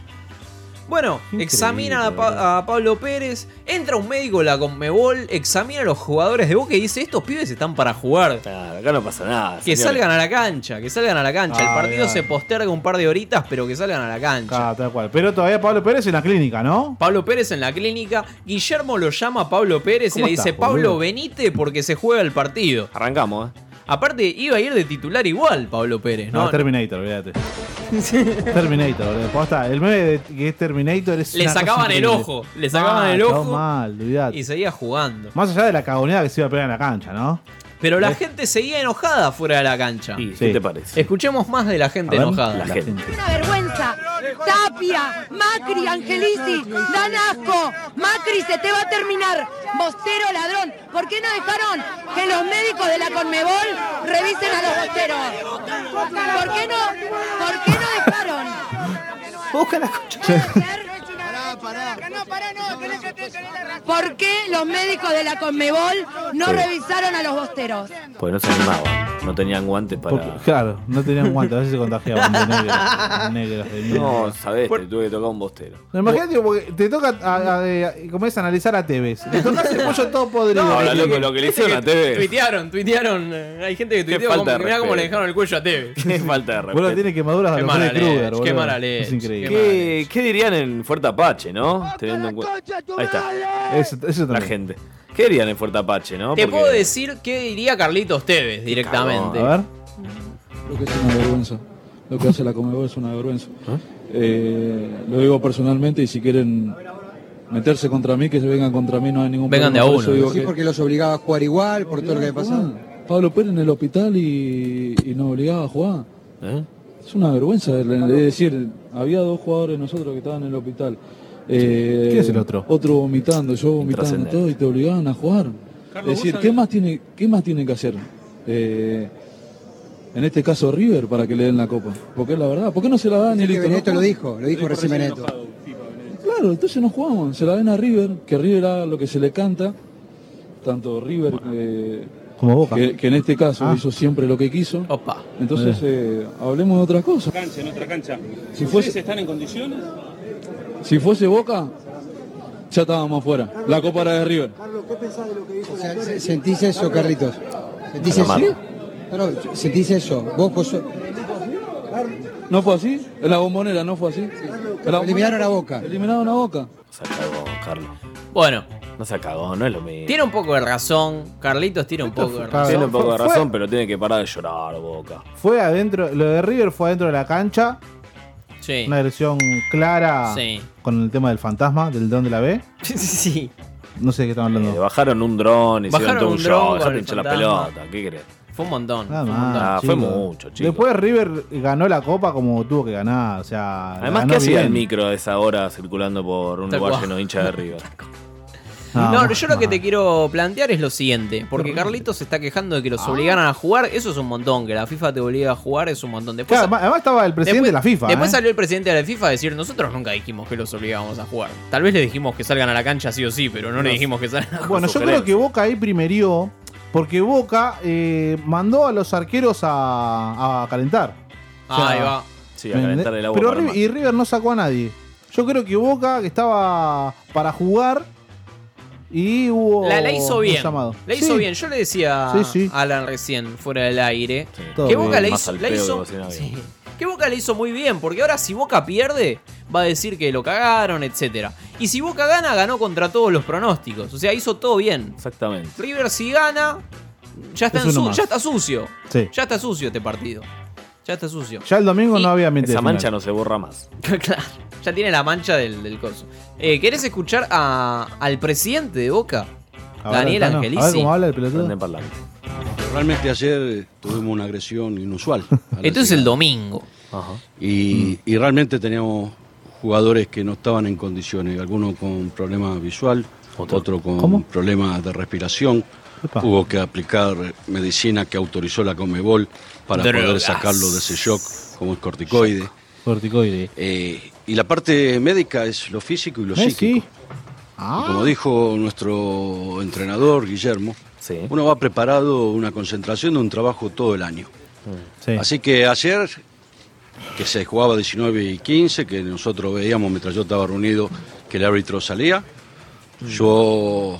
Speaker 4: Bueno, examina a, Pa- a Pablo Pérez, entra un médico de la Conmebol, examina a los jugadores de Boca y dice, estos pibes están para jugar.
Speaker 10: acá no pasa nada.
Speaker 4: Que
Speaker 10: señores.
Speaker 4: salgan a la cancha, que salgan a la cancha.
Speaker 9: Ah,
Speaker 4: El partido
Speaker 9: bien.
Speaker 4: se posterga un par de horitas, pero que salgan a la cancha.
Speaker 9: Ah, tal cual. Pero todavía Pablo Pérez en la clínica, ¿no?
Speaker 4: Pablo Pérez en la clínica, Guillermo lo llama a Pablo Pérez y
Speaker 9: ¿Cómo
Speaker 4: le dice,
Speaker 9: estás,
Speaker 4: Pablo,
Speaker 9: boludo?
Speaker 4: venite porque se juega el partido.
Speaker 10: Arrancamos, eh.
Speaker 4: Aparte, iba a ir de titular igual Pablo Pérez,
Speaker 9: No,
Speaker 4: ¿no?
Speaker 9: Terminator, olvídate. Terminator, boludo. Posta, el 9 de, que es Terminator es.
Speaker 4: Le
Speaker 9: una cosa
Speaker 4: sacaban el
Speaker 9: increíble. Ah,
Speaker 4: ojo, le sacaban
Speaker 9: Mal,
Speaker 4: el
Speaker 9: todo
Speaker 4: ojo.
Speaker 9: mal, olvídate.
Speaker 4: y seguía jugando.
Speaker 9: Más allá de la cagoneada que se iba a pegar en la cancha, ¿no?
Speaker 4: Pero la gente seguía enojada fuera de la cancha.
Speaker 9: ¿qué Eh. Sí. te
Speaker 10: parece?
Speaker 4: Escuchemos más de la gente
Speaker 9: A ver,
Speaker 4: enojada.
Speaker 9: la gente.
Speaker 14: una vergüenza. Tapia, Macri, Angelici, dan asco. Macri se te va a terminar. Bostero ladrón. ¿Por qué no dejaron que los médicos de la Conmebol revisen a los bosteros? ¿Por qué no? ¿Por qué no dejaron?
Speaker 9: Busca la
Speaker 14: ¿Por qué los médicos de la Conmebol no
Speaker 10: Sí.
Speaker 14: revisaron a los bosteros?
Speaker 10: Pues no se animaban. No tenían guantes para.
Speaker 9: Claro, no tenían guantes, a veces se contagiaban de negros. negros de mierda.
Speaker 10: No, sabés, te tuve que tocar un bostero.
Speaker 9: No, Imagínate, porque te toca, a, a- de- comés a analizar a Tevez. Le tocas el pollo todo podrido.
Speaker 10: No, lo que- lo que le hicieron a Tevez.
Speaker 4: Tuitearon, tuitearon. eh, Hay gente que tuiteó
Speaker 10: falta
Speaker 4: como,
Speaker 10: de
Speaker 4: mirá cómo
Speaker 10: respeto.
Speaker 4: le dejaron el cuello a Tevez.
Speaker 10: Qué falta de respeto.
Speaker 9: Boludo, tiene quemaduras a
Speaker 10: Qué
Speaker 9: los
Speaker 10: mala
Speaker 9: Freddy Krueger,
Speaker 10: leche, qué
Speaker 9: boludo.
Speaker 10: mala leche,
Speaker 9: Es increíble.
Speaker 10: ¿Qué, qué dirían en Fuerte Apache, no? Teniendo en cuenta- Ahí está.
Speaker 9: Eso,
Speaker 10: La gente. ¿Qué dirían en Fuerte Apache, no?
Speaker 4: Te
Speaker 10: Porque-
Speaker 4: puedo decir qué diría Carlitos Tevez directamente.
Speaker 10: cagón, a ver.
Speaker 2: Creo que es una vergüenza. Lo que hace la Comebol es una vergüenza.
Speaker 4: ¿Ah?
Speaker 2: Eh, lo digo personalmente y si quieren meterse contra mí, que se vengan contra mí, no hay ningún
Speaker 4: Vengan de a
Speaker 2: problema. Por eso
Speaker 4: uno.
Speaker 2: digo
Speaker 4: Sí,
Speaker 2: que-
Speaker 4: porque
Speaker 5: los obligaba a jugar igual, por todo lo que había pasado.
Speaker 2: Ah, Pablo Pérez en el hospital y, y nos obligaba a jugar.
Speaker 9: ¿Eh?
Speaker 2: Es una vergüenza. Es decir, había dos jugadores de nosotros que estaban en el hospital. Eh,
Speaker 9: ¿Quién es el otro?
Speaker 2: Otro vomitando, yo vomitando
Speaker 9: Intrascendente.
Speaker 2: todo y te obligaban a jugar. es decir,
Speaker 9: vos
Speaker 2: ¿qué más, tiene, ¿qué más tienen que hacer? Eh, en este caso River para que le den la copa. Porque es la verdad. ¿Por qué no se la dan y
Speaker 5: Sí, que
Speaker 2: listo?
Speaker 5: Benedetto
Speaker 2: No
Speaker 5: lo
Speaker 2: jugamos.
Speaker 5: dijo, lo dijo recién Benedetto.
Speaker 2: Claro, entonces no jugamos. Se la den a River, que River haga lo que se le canta. Tanto River eh,
Speaker 9: Como Boca.
Speaker 2: que, que en este caso
Speaker 9: Ah.
Speaker 2: hizo siempre lo que quiso.
Speaker 4: Opa.
Speaker 2: Entonces, eh, hablemos de otra cosa.
Speaker 12: Cancha, en otra cancha.
Speaker 2: Si fuese- ¿Ustedes
Speaker 12: están en condiciones?
Speaker 2: Si fuese Boca, ya estábamos afuera. La copa era de River.
Speaker 5: ¿Sentís eso, Carlitos? ¿Sentís
Speaker 2: A la
Speaker 5: eso?
Speaker 2: mano.
Speaker 5: No, no, ¿Sentís eso? Vos, vos sos-
Speaker 2: ¿No fue así? En la bombonera no fue así. En la
Speaker 5: Eliminaron
Speaker 2: bombonera-
Speaker 5: a Boca.
Speaker 2: Eliminaron a Boca.
Speaker 10: No se cagó, Carlos.
Speaker 4: Bueno.
Speaker 10: No se cagó, no es lo mismo.
Speaker 4: Tiene un poco de razón. Carlitos tiene un poco de razón.
Speaker 10: Tiene un poco de
Speaker 9: Fue-
Speaker 10: razón, pero tiene que parar de llorar, boca.
Speaker 9: Fue adentro, lo de River fue adentro de la cancha.
Speaker 4: Sí.
Speaker 9: Una agresión clara
Speaker 4: Sí.
Speaker 9: con el tema del fantasma, del don de la B.
Speaker 4: sí.
Speaker 9: No sé de qué están hablando.
Speaker 10: Le Eh, bajaron un dron, hicieron
Speaker 9: Bajaron
Speaker 10: todo
Speaker 9: un
Speaker 10: un
Speaker 9: dron
Speaker 10: show,
Speaker 9: con
Speaker 10: ya
Speaker 9: el
Speaker 10: pinchó la
Speaker 9: fantasma.
Speaker 10: pelota. ¿Qué crees?
Speaker 4: Fue un montón. fue
Speaker 9: Nada
Speaker 4: un
Speaker 9: más,
Speaker 4: montón.
Speaker 10: Ah, fue
Speaker 9: chicos.
Speaker 10: mucho, chicos.
Speaker 9: Después River ganó la copa como tuvo que ganar. O sea,
Speaker 10: Además,
Speaker 9: ganó
Speaker 10: ¿qué hacía
Speaker 9: bien.
Speaker 10: el micro a esa hora circulando por un
Speaker 9: Tal
Speaker 10: lugar
Speaker 9: cual.
Speaker 10: lleno de hincha de River?
Speaker 9: Ah,
Speaker 4: No, yo lo que te quiero plantear es lo siguiente. Porque Carlitos se está quejando de que
Speaker 9: Ah.
Speaker 4: los obligaran a jugar. Eso es un montón. Que la FIFA te obliga a jugar es un montón. Después,
Speaker 9: Claro, además estaba el presidente de la FIFA.
Speaker 4: después
Speaker 9: ¿eh?
Speaker 4: salió el presidente de la FIFA a decir: Nosotros nunca dijimos que los obligábamos a jugar. Tal vez le dijimos que salgan a la cancha sí o sí, pero no, le dijimos que salgan a jugar.
Speaker 9: Bueno, yo creo que Boca ahí primerió, porque Boca eh, mandó a los arqueros a, a calentar. O sea,
Speaker 10: Ahí va. Sí, a
Speaker 9: ¿me
Speaker 10: calentar
Speaker 9: entendés?
Speaker 10: el agua.
Speaker 9: Pero
Speaker 10: para
Speaker 9: River- y River no sacó a nadie. Yo creo que Boca, que estaba para jugar, y hubo.
Speaker 4: La, la hizo
Speaker 9: un
Speaker 4: bien.
Speaker 9: llamado.
Speaker 4: La hizo
Speaker 9: Sí.
Speaker 4: bien. Yo le decía
Speaker 9: Sí, sí.
Speaker 4: a Alan recién, fuera del aire,
Speaker 9: Todo
Speaker 4: que Boca
Speaker 10: Eh,
Speaker 9: bien.
Speaker 4: la
Speaker 9: Más
Speaker 4: hizo,
Speaker 9: al
Speaker 4: la
Speaker 9: pedo
Speaker 4: hizo-
Speaker 9: que cocina
Speaker 4: sí, que Boca le hizo muy bien, porque ahora si Boca pierde, va a decir que lo cagaron, etc. Y si Boca gana, ganó contra todos los pronósticos. O sea, hizo todo bien.
Speaker 10: Exactamente.
Speaker 4: River si gana, ya está,
Speaker 9: Es
Speaker 4: en
Speaker 9: uno
Speaker 4: su-
Speaker 9: más.
Speaker 4: ya está sucio.
Speaker 9: Sí.
Speaker 4: Ya está sucio este partido. Ya está sucio.
Speaker 9: Ya el domingo no había mente.
Speaker 10: Esa
Speaker 9: de
Speaker 10: mancha
Speaker 9: final.
Speaker 10: no se borra más.
Speaker 4: Claro, ya tiene la mancha del, del coso. Eh, ¿Querés escuchar a- al presidente de Boca?
Speaker 9: A ver,
Speaker 4: Daniel
Speaker 9: Tano,
Speaker 4: Angelici.
Speaker 9: A ver cómo habla el pelotudo.
Speaker 15: Realmente ayer eh, tuvimos una agresión inusual.
Speaker 4: Esto es el domingo. Mm.
Speaker 15: Y, y realmente teníamos jugadores que no estaban en condiciones, algunos con problema visual, otro, con problemas de respiración. Hubo que aplicar medicina que autorizó la Comebol para poder
Speaker 9: Drogas.
Speaker 15: sacarlo de ese shock, como es corticoide.
Speaker 9: Corticoide.
Speaker 15: Eh, y la parte médica es lo físico y lo
Speaker 9: Messi.
Speaker 15: psíquico.
Speaker 9: Ah.
Speaker 15: Como dijo nuestro entrenador Guillermo, uno va preparado una concentración de un trabajo todo el año.
Speaker 9: Sí.
Speaker 15: Así que ayer, que se jugaba 19 y 15, que nosotros veíamos mientras yo estaba reunido que el árbitro salía,
Speaker 9: Mm.
Speaker 15: yo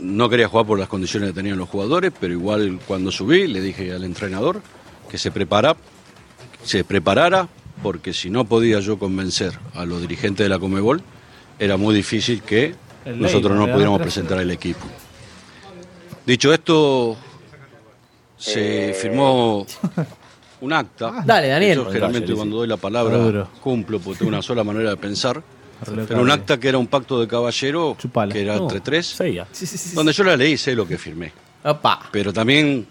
Speaker 15: no quería jugar por las condiciones que tenían los jugadores, pero igual cuando subí le dije al entrenador que se prepara, se preparara, porque si no podía yo convencer a los dirigentes de la Comebol, era muy difícil que
Speaker 9: El
Speaker 15: nosotros
Speaker 9: Leiva,
Speaker 15: no
Speaker 9: le
Speaker 15: pudiéramos
Speaker 9: dan tres.
Speaker 15: presentar el equipo. Dicho esto, se firmó un acta.
Speaker 4: Dale, Daniel.
Speaker 15: Yo generalmente cuando doy la
Speaker 9: Está
Speaker 15: palabra
Speaker 9: duro.
Speaker 15: cumplo, porque tengo una sola manera de pensar.
Speaker 9: Arregló
Speaker 15: Pero un
Speaker 9: cable.
Speaker 15: acta que era un pacto de caballero, que era
Speaker 9: No,
Speaker 15: entre tres, donde yo la leí y sé lo que firmé. Pero también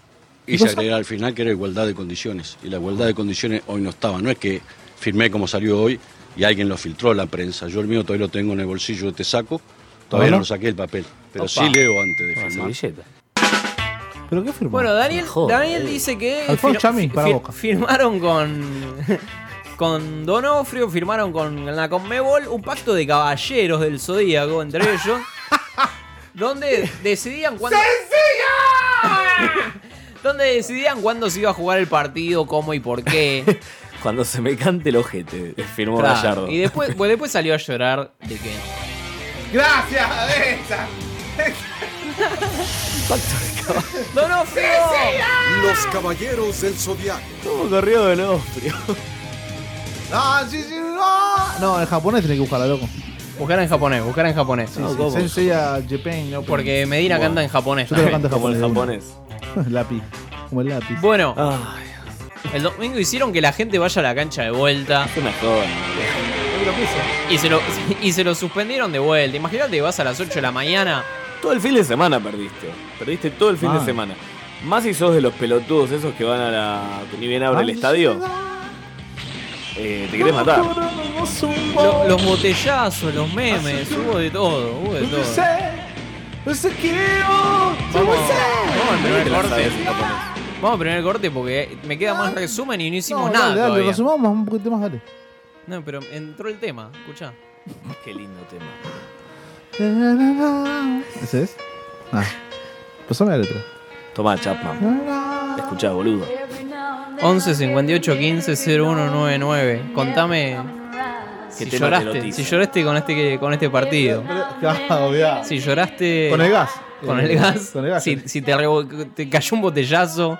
Speaker 9: ¿Y
Speaker 15: hice
Speaker 9: vos
Speaker 15: agregar al final que era igualdad de condiciones. Y la igualdad de condiciones hoy no estaba. No es que firmé como salió hoy y alguien lo filtró a la prensa. Yo el mío todavía lo tengo en el bolsillo de este saco. Todavía
Speaker 9: Ajá.
Speaker 15: no saqué el papel. Pero
Speaker 10: Opa.
Speaker 15: sí leo antes de
Speaker 10: Una
Speaker 15: firmar.
Speaker 9: ¿Pero qué firmó?
Speaker 4: Bueno, Daniel,
Speaker 9: Joder.
Speaker 4: Daniel dice que
Speaker 9: Alfonso Chami, para Boca.
Speaker 4: firmaron con con Donofrio, firmaron con la Conmebol un pacto de caballeros del Zodíaco entre ellos, donde decidían cuándo donde decidían cuándo se iba a jugar el partido, cómo y por qué.
Speaker 10: Cuando se me cante el ojete, firmó
Speaker 4: Claro,
Speaker 10: Gallardo.
Speaker 4: Y después, pues después salió a llorar de que
Speaker 9: Gracias, esa.
Speaker 4: Donofrio.
Speaker 16: Los caballeros del zodiaco.
Speaker 10: Todo corrido de Donofrio.
Speaker 9: Ah, sí, sí, no. No, en japonés tenés que buscarla, loco.
Speaker 4: buscar en japonés, buscar en japonés.
Speaker 9: Sí, sí, Sensei a Japan, no,
Speaker 4: Porque Medina
Speaker 9: Bueno.
Speaker 4: canta en japonés.
Speaker 9: Yo te lo canto en
Speaker 4: Como
Speaker 9: japonés.
Speaker 4: el
Speaker 9: japonés. lápiz. Como el lápiz.
Speaker 4: Bueno,
Speaker 10: Ah.
Speaker 4: el domingo hicieron que la gente vaya a la cancha de vuelta. Y se, lo, y se lo suspendieron de vuelta. Imagínate que vas a las 8 de la mañana.
Speaker 10: Todo el fin de semana perdiste. Perdiste todo el fin
Speaker 9: Ah.
Speaker 4: Mal.
Speaker 10: de semana. Más si sos de los pelotudos esos que van a la. que ni bien abre
Speaker 9: Ah,
Speaker 10: el estadio. Eh, te querés matar.
Speaker 4: Lo- los botellazos, los memes, hubo de todo, hubo de todo. Vamos, vamos al primer corte. Vamos al primer corte porque me queda más resumen y no hicimos
Speaker 9: No,
Speaker 4: nada.
Speaker 9: dale, dale,
Speaker 4: todavía.
Speaker 9: resumamos un poquito más, dale.
Speaker 4: No, pero entró el tema, escuchá.
Speaker 10: Qué lindo tema.
Speaker 9: ¿Ese es? Ah. Pasame la letra.
Speaker 10: Tomá, Chapman. Escuchá, boludo.
Speaker 4: 11 58 15 0199. Contame si
Speaker 10: tema te
Speaker 4: lloraste,
Speaker 10: erotiza.
Speaker 4: si lloraste con este que- con este partido. Si lloraste
Speaker 9: Con el gas.
Speaker 4: Con el gas. si, si te, revo- te cayó un botellazo.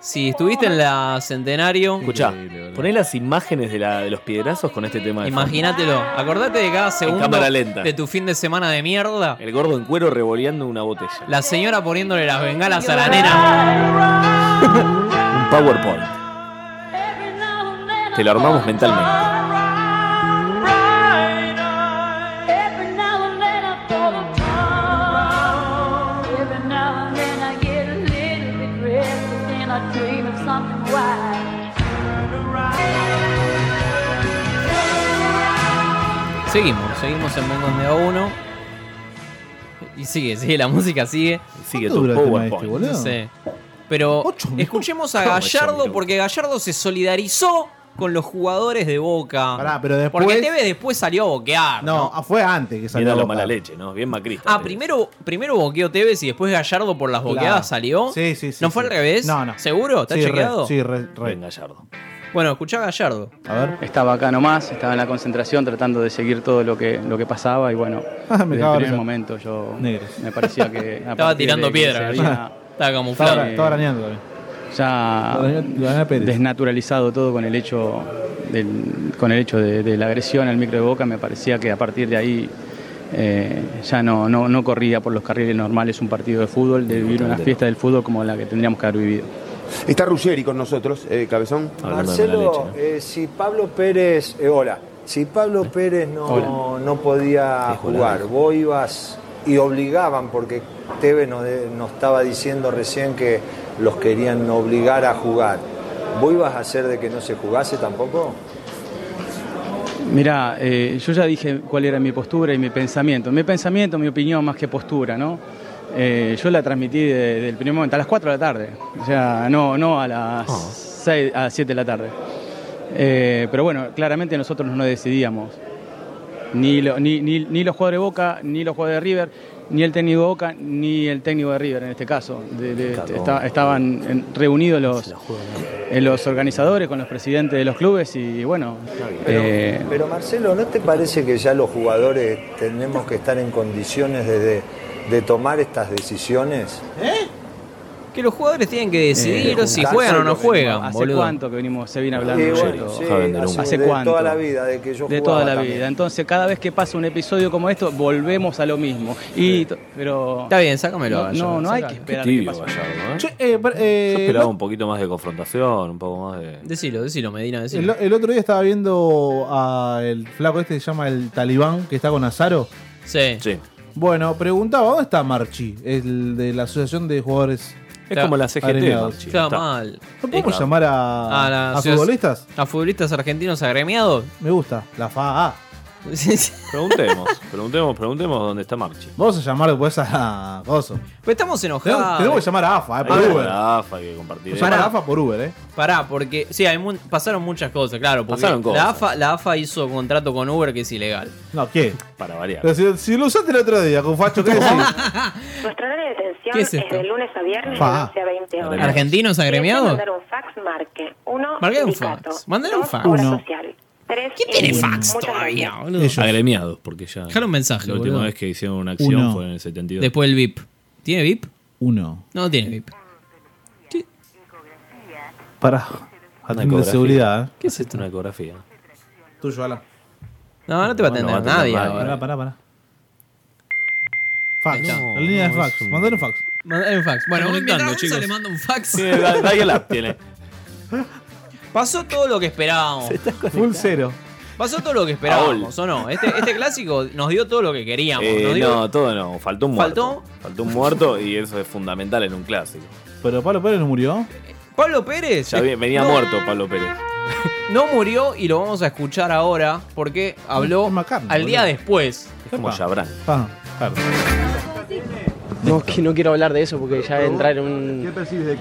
Speaker 4: Si estuviste en la centenario.
Speaker 10: Escuchá, poné las imágenes de, la, de los piedrazos con este tema. de fondo.
Speaker 4: Imagínatelo. Acordate de cada segundo
Speaker 10: cámara lenta.
Speaker 4: de tu fin de semana de mierda.
Speaker 10: El gordo en cuero revoleando una botella.
Speaker 4: La señora poniéndole las bengalas a la nena.
Speaker 10: Un PowerPoint. Te lo armamos mentalmente.
Speaker 4: Seguimos, seguimos en Mengón de A1. Y sigue, sigue, la música sigue.
Speaker 10: Sigue tu dura el tema PowerPoint? este, boludo?
Speaker 4: no sé. Pero escuchemos a Gallardo porque Gallardo se solidarizó con los jugadores de Boca.
Speaker 9: pero después-
Speaker 4: Porque TV después salió a boquear.
Speaker 9: No, ah, fue antes que salió.
Speaker 10: Mira la
Speaker 9: Boca.
Speaker 10: mala leche, ¿no? Bien macrista.
Speaker 4: Ah, primero, primero boqueó Tevez y después Gallardo por las boqueadas
Speaker 9: Claro.
Speaker 4: salió.
Speaker 9: Sí, sí, sí.
Speaker 4: ¿No fue al revés?
Speaker 9: No, no.
Speaker 4: ¿Seguro? ¿Está
Speaker 9: Sí, re-
Speaker 4: chequeado?
Speaker 9: sí, re- re.
Speaker 10: Gallardo.
Speaker 4: Bueno, escuchá a Gallardo.
Speaker 6: A ver. Estaba acá nomás, estaba en la concentración tratando de seguir todo lo que, lo que pasaba y bueno,
Speaker 9: Ah, me
Speaker 6: desde
Speaker 9: cago
Speaker 6: el
Speaker 9: en
Speaker 6: primer
Speaker 9: eso.
Speaker 6: momento yo
Speaker 9: Negros.
Speaker 6: me parecía que... a
Speaker 4: Estaba
Speaker 6: partir
Speaker 4: tirando
Speaker 6: de que
Speaker 4: piedra.
Speaker 6: se había-
Speaker 4: Gallardo. Estaba camuflado.
Speaker 6: Estaba- estaba arañando ya desnaturalizado todo con el hecho del- con el hecho de, de la agresión al micro de Boca me parecía que a partir de ahí eh, ya no, no no corría por los carriles normales un partido de fútbol de vivir una
Speaker 17: no.
Speaker 6: fiesta del fútbol como la que tendríamos que haber vivido
Speaker 17: Está Ruggeri con nosotros, eh, Cabezón.
Speaker 18: Marcelo, eh, si Pablo Pérez, eh, hola, si Pablo Pérez no,
Speaker 17: Hola.
Speaker 18: no podía jugar, vos ibas y obligaban, porque Teve nos, de- nos estaba diciendo recién que los querían obligar a jugar, ¿vos ibas a hacer de que no se jugase tampoco?
Speaker 6: Mirá, eh, yo ya dije cuál era mi postura y mi pensamiento. Mi pensamiento, mi opinión, más que postura, ¿no? Eh, yo la transmití desde el primer momento, a las 4 de la tarde. O sea, no, no a las 6, a las 7 de la tarde. Eh, pero bueno, claramente nosotros no decidíamos. Ni, lo- ni, ni- ni los jugadores de Boca, ni los jugadores de River, ni el técnico de Boca, ni el técnico de River en este caso. De- de-
Speaker 10: Cagón.
Speaker 6: esta- estaban en- reunidos los, eh, los organizadores con los presidentes de los clubes y bueno.
Speaker 18: Pero,
Speaker 6: eh,
Speaker 18: pero, Marcelo, ¿no te parece que ya los jugadores tenemos que estar en condiciones de, de- de tomar estas decisiones?
Speaker 4: Que los jugadores tienen que decidir
Speaker 6: Eh,
Speaker 4: si juegan o no
Speaker 6: ¿Hace
Speaker 4: juegan,
Speaker 6: ¿Hace
Speaker 4: boludo.
Speaker 6: cuánto que venimos, se viene
Speaker 18: Eh,
Speaker 6: hablando
Speaker 4: Sí,
Speaker 6: de
Speaker 4: bueno,
Speaker 6: esto?
Speaker 4: sí, Ojalá vender humo.
Speaker 6: ¿Hace
Speaker 18: de
Speaker 6: cuánto?
Speaker 18: toda la vida, de que yo
Speaker 6: De
Speaker 18: jugaba
Speaker 6: toda la
Speaker 18: también.
Speaker 6: vida. Entonces, cada vez que pasa un episodio como esto, volvemos a lo mismo. Y, to- pero
Speaker 4: Está bien, sácamelo.
Speaker 6: No,
Speaker 4: Gallardo,
Speaker 6: no, no hay que
Speaker 4: sácalo.
Speaker 6: esperar a que
Speaker 10: Tibio
Speaker 6: pase.
Speaker 10: Gallardo, ¿eh?
Speaker 9: Che, eh, per- eh,
Speaker 10: Yo esperaba
Speaker 9: lo-
Speaker 10: un poquito más de confrontación, un poco más de.
Speaker 4: Decilo, decilo, Medina,
Speaker 9: el,
Speaker 4: decilo.
Speaker 9: el otro día estaba viendo a el flaco este que se llama el Talibán, que está con Azaro.
Speaker 4: Sí.
Speaker 9: Bueno, preguntaba, ¿dónde está Marchi? El de la Asociación de Jugadores.
Speaker 4: Está-
Speaker 10: E
Speaker 9: Agremiados.
Speaker 4: Está mal.
Speaker 9: ¿No podemos llamar a,
Speaker 4: A la
Speaker 9: a
Speaker 4: asoci-
Speaker 9: futbolistas?
Speaker 4: ¿A futbolistas argentinos agremiados?
Speaker 9: Me gusta, la FAA.
Speaker 10: Preguntemos, preguntemos, preguntemos dónde está Marchi.
Speaker 9: Vamos a llamar después a Gozo.
Speaker 4: Pero estamos enojados.
Speaker 9: Tenemos- tenemos que llamar a AFA, eh, por
Speaker 10: Ahí está
Speaker 9: Uber.
Speaker 10: la AFA que compartir.
Speaker 9: Llamar a AFA por Uber, ¿eh?
Speaker 4: Pará, porque. Sí, hay mu- pasaron muchas cosas, claro. Porque
Speaker 9: Pasaron cosas.
Speaker 4: La, AFA, la AFA hizo contrato con Uber que es ilegal.
Speaker 9: No, ¿qué?
Speaker 10: Para variar.
Speaker 9: Pero si, si lo usaste el otro día con Facho, ¿qué decís?
Speaker 19: Nuestro horario de atención
Speaker 4: ¿Qué es
Speaker 19: es,
Speaker 4: esto?
Speaker 19: de lunes a viernes de
Speaker 9: Pa.
Speaker 19: 11 a 20 horas.
Speaker 4: ¿Argentinos
Speaker 19: Si desea
Speaker 4: agremiados?
Speaker 19: mandar un fax, marque. Uno,
Speaker 4: Marqué un
Speaker 19: sindicato.
Speaker 4: fax. Mandale un
Speaker 19: Dos,
Speaker 4: fax.
Speaker 19: obra
Speaker 4: Uno.
Speaker 19: social. Tres,
Speaker 4: ¿Quién tiene
Speaker 19: INDIC.
Speaker 4: fax
Speaker 19: Muchas
Speaker 4: todavía,
Speaker 19: gracias.
Speaker 4: boludo?
Speaker 10: Agremiados, porque ya.
Speaker 4: Dejale un mensaje,
Speaker 10: La última
Speaker 4: boludo.
Speaker 10: vez que hicieron una acción
Speaker 4: Uno.
Speaker 10: fue en el 72.
Speaker 4: Después el VIP. ¿Tiene VIP?
Speaker 9: Uno.
Speaker 4: No tiene VIP.
Speaker 9: Pará. Atento de
Speaker 10: ecografía.
Speaker 9: seguridad, ¿eh?
Speaker 10: ¿Qué es esto? Una ecografía.
Speaker 9: Tuyo, Alan.
Speaker 4: No, no te va a atender
Speaker 10: No, no va a
Speaker 4: nadie
Speaker 10: atender nadie.
Speaker 4: ahora.
Speaker 9: Pará, pará, pará. Fax.
Speaker 4: No,
Speaker 9: la línea
Speaker 4: no,
Speaker 9: de
Speaker 4: es
Speaker 9: fax.
Speaker 4: un-
Speaker 9: Mandale un fax.
Speaker 4: Mandale un fax. Bueno,
Speaker 9: Estamos
Speaker 4: mientras
Speaker 9: conectando,
Speaker 4: Gonza
Speaker 9: chicos.
Speaker 4: le manda un fax.
Speaker 10: Tiene di- dial-up, tiene.
Speaker 4: Pasó todo lo que esperábamos.
Speaker 9: Full cero.
Speaker 4: Pasó todo lo que esperábamos, ¿o no? Este, este clásico nos dio todo lo que queríamos.
Speaker 10: Eh,
Speaker 4: nos dio-
Speaker 10: no, todo no. Faltó un muerto.
Speaker 4: ¿Faltó?
Speaker 10: Faltó un muerto y eso es fundamental en un clásico.
Speaker 9: Pero Pablo Pérez no murió.
Speaker 4: Pablo Pérez.
Speaker 10: Ya vi- venía
Speaker 4: No,
Speaker 10: muerto Pablo Pérez.
Speaker 4: No murió y lo vamos a escuchar ahora porque habló al día después.
Speaker 10: Es como Chabrán.
Speaker 9: Ah, claro.
Speaker 20: No, que no quiero hablar de eso porque ya entrar en un...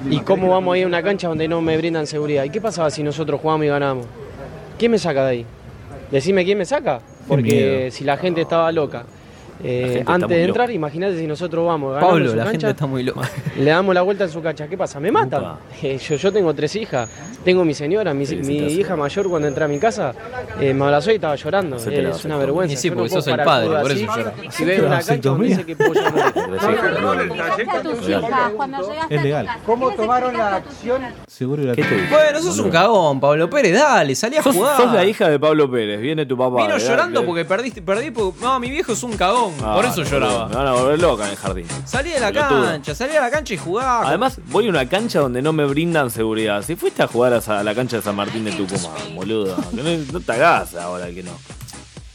Speaker 20: ¿Y cómo vamos a ir a una cancha donde no me brindan seguridad? ¿Y qué pasaba si nosotros jugamos y ganamos? ¿Quién me saca de ahí? Decime quién me saca, porque
Speaker 4: miedo.
Speaker 20: si la gente estaba loca. eh,
Speaker 4: gente está
Speaker 20: antes
Speaker 4: muy
Speaker 20: de
Speaker 4: loca.
Speaker 20: entrar, imagínate si nosotros vamos, ganamos en
Speaker 4: Pablo,
Speaker 20: su
Speaker 4: la
Speaker 20: cancha,
Speaker 4: gente está muy loca.
Speaker 20: le damos la vuelta en su cancha, ¿qué pasa? ¿Me matan? Eh, yo, yo tengo tres hijas, tengo mi señora, mi, mi
Speaker 4: Felicitaciones.
Speaker 20: hija mayor cuando entré a mi casa eh, me abrazó y estaba llorando,
Speaker 4: Se te la
Speaker 20: eh, es
Speaker 4: acepto.
Speaker 20: una vergüenza.
Speaker 4: Y sí,
Speaker 20: yo no
Speaker 4: porque
Speaker 20: puedo
Speaker 4: sos el
Speaker 20: parar
Speaker 4: padre,
Speaker 20: todo
Speaker 4: por
Speaker 20: así,
Speaker 4: eso llora.
Speaker 20: Y veo una cancha donde dice que pollo
Speaker 9: Es legal.
Speaker 1: ¿Cómo tomaron la acción?
Speaker 9: Seguro que la
Speaker 4: Bueno, sos un cagón, Pablo Pérez. Dale, salí a
Speaker 10: Sos,
Speaker 4: jugar.
Speaker 10: sos la hija de Pablo Pérez. Viene tu papá.
Speaker 4: Vino
Speaker 10: le da-
Speaker 4: llorando
Speaker 10: le-
Speaker 4: porque perdiste, perdí porque. No, mi viejo es un cagón.
Speaker 10: Ah,
Speaker 4: por eso
Speaker 10: no,
Speaker 4: lloraba.
Speaker 10: Me van a volver loca en el jardín.
Speaker 4: Salí de la
Speaker 10: Pelotudo.
Speaker 4: cancha, salí de la cancha y jugá.
Speaker 10: Además, voy a una cancha donde no me brindan seguridad. Si fuiste a jugar a, Sa- a la cancha de San Martín de Tucumán, boludo. que no, no te hagas ahora que no.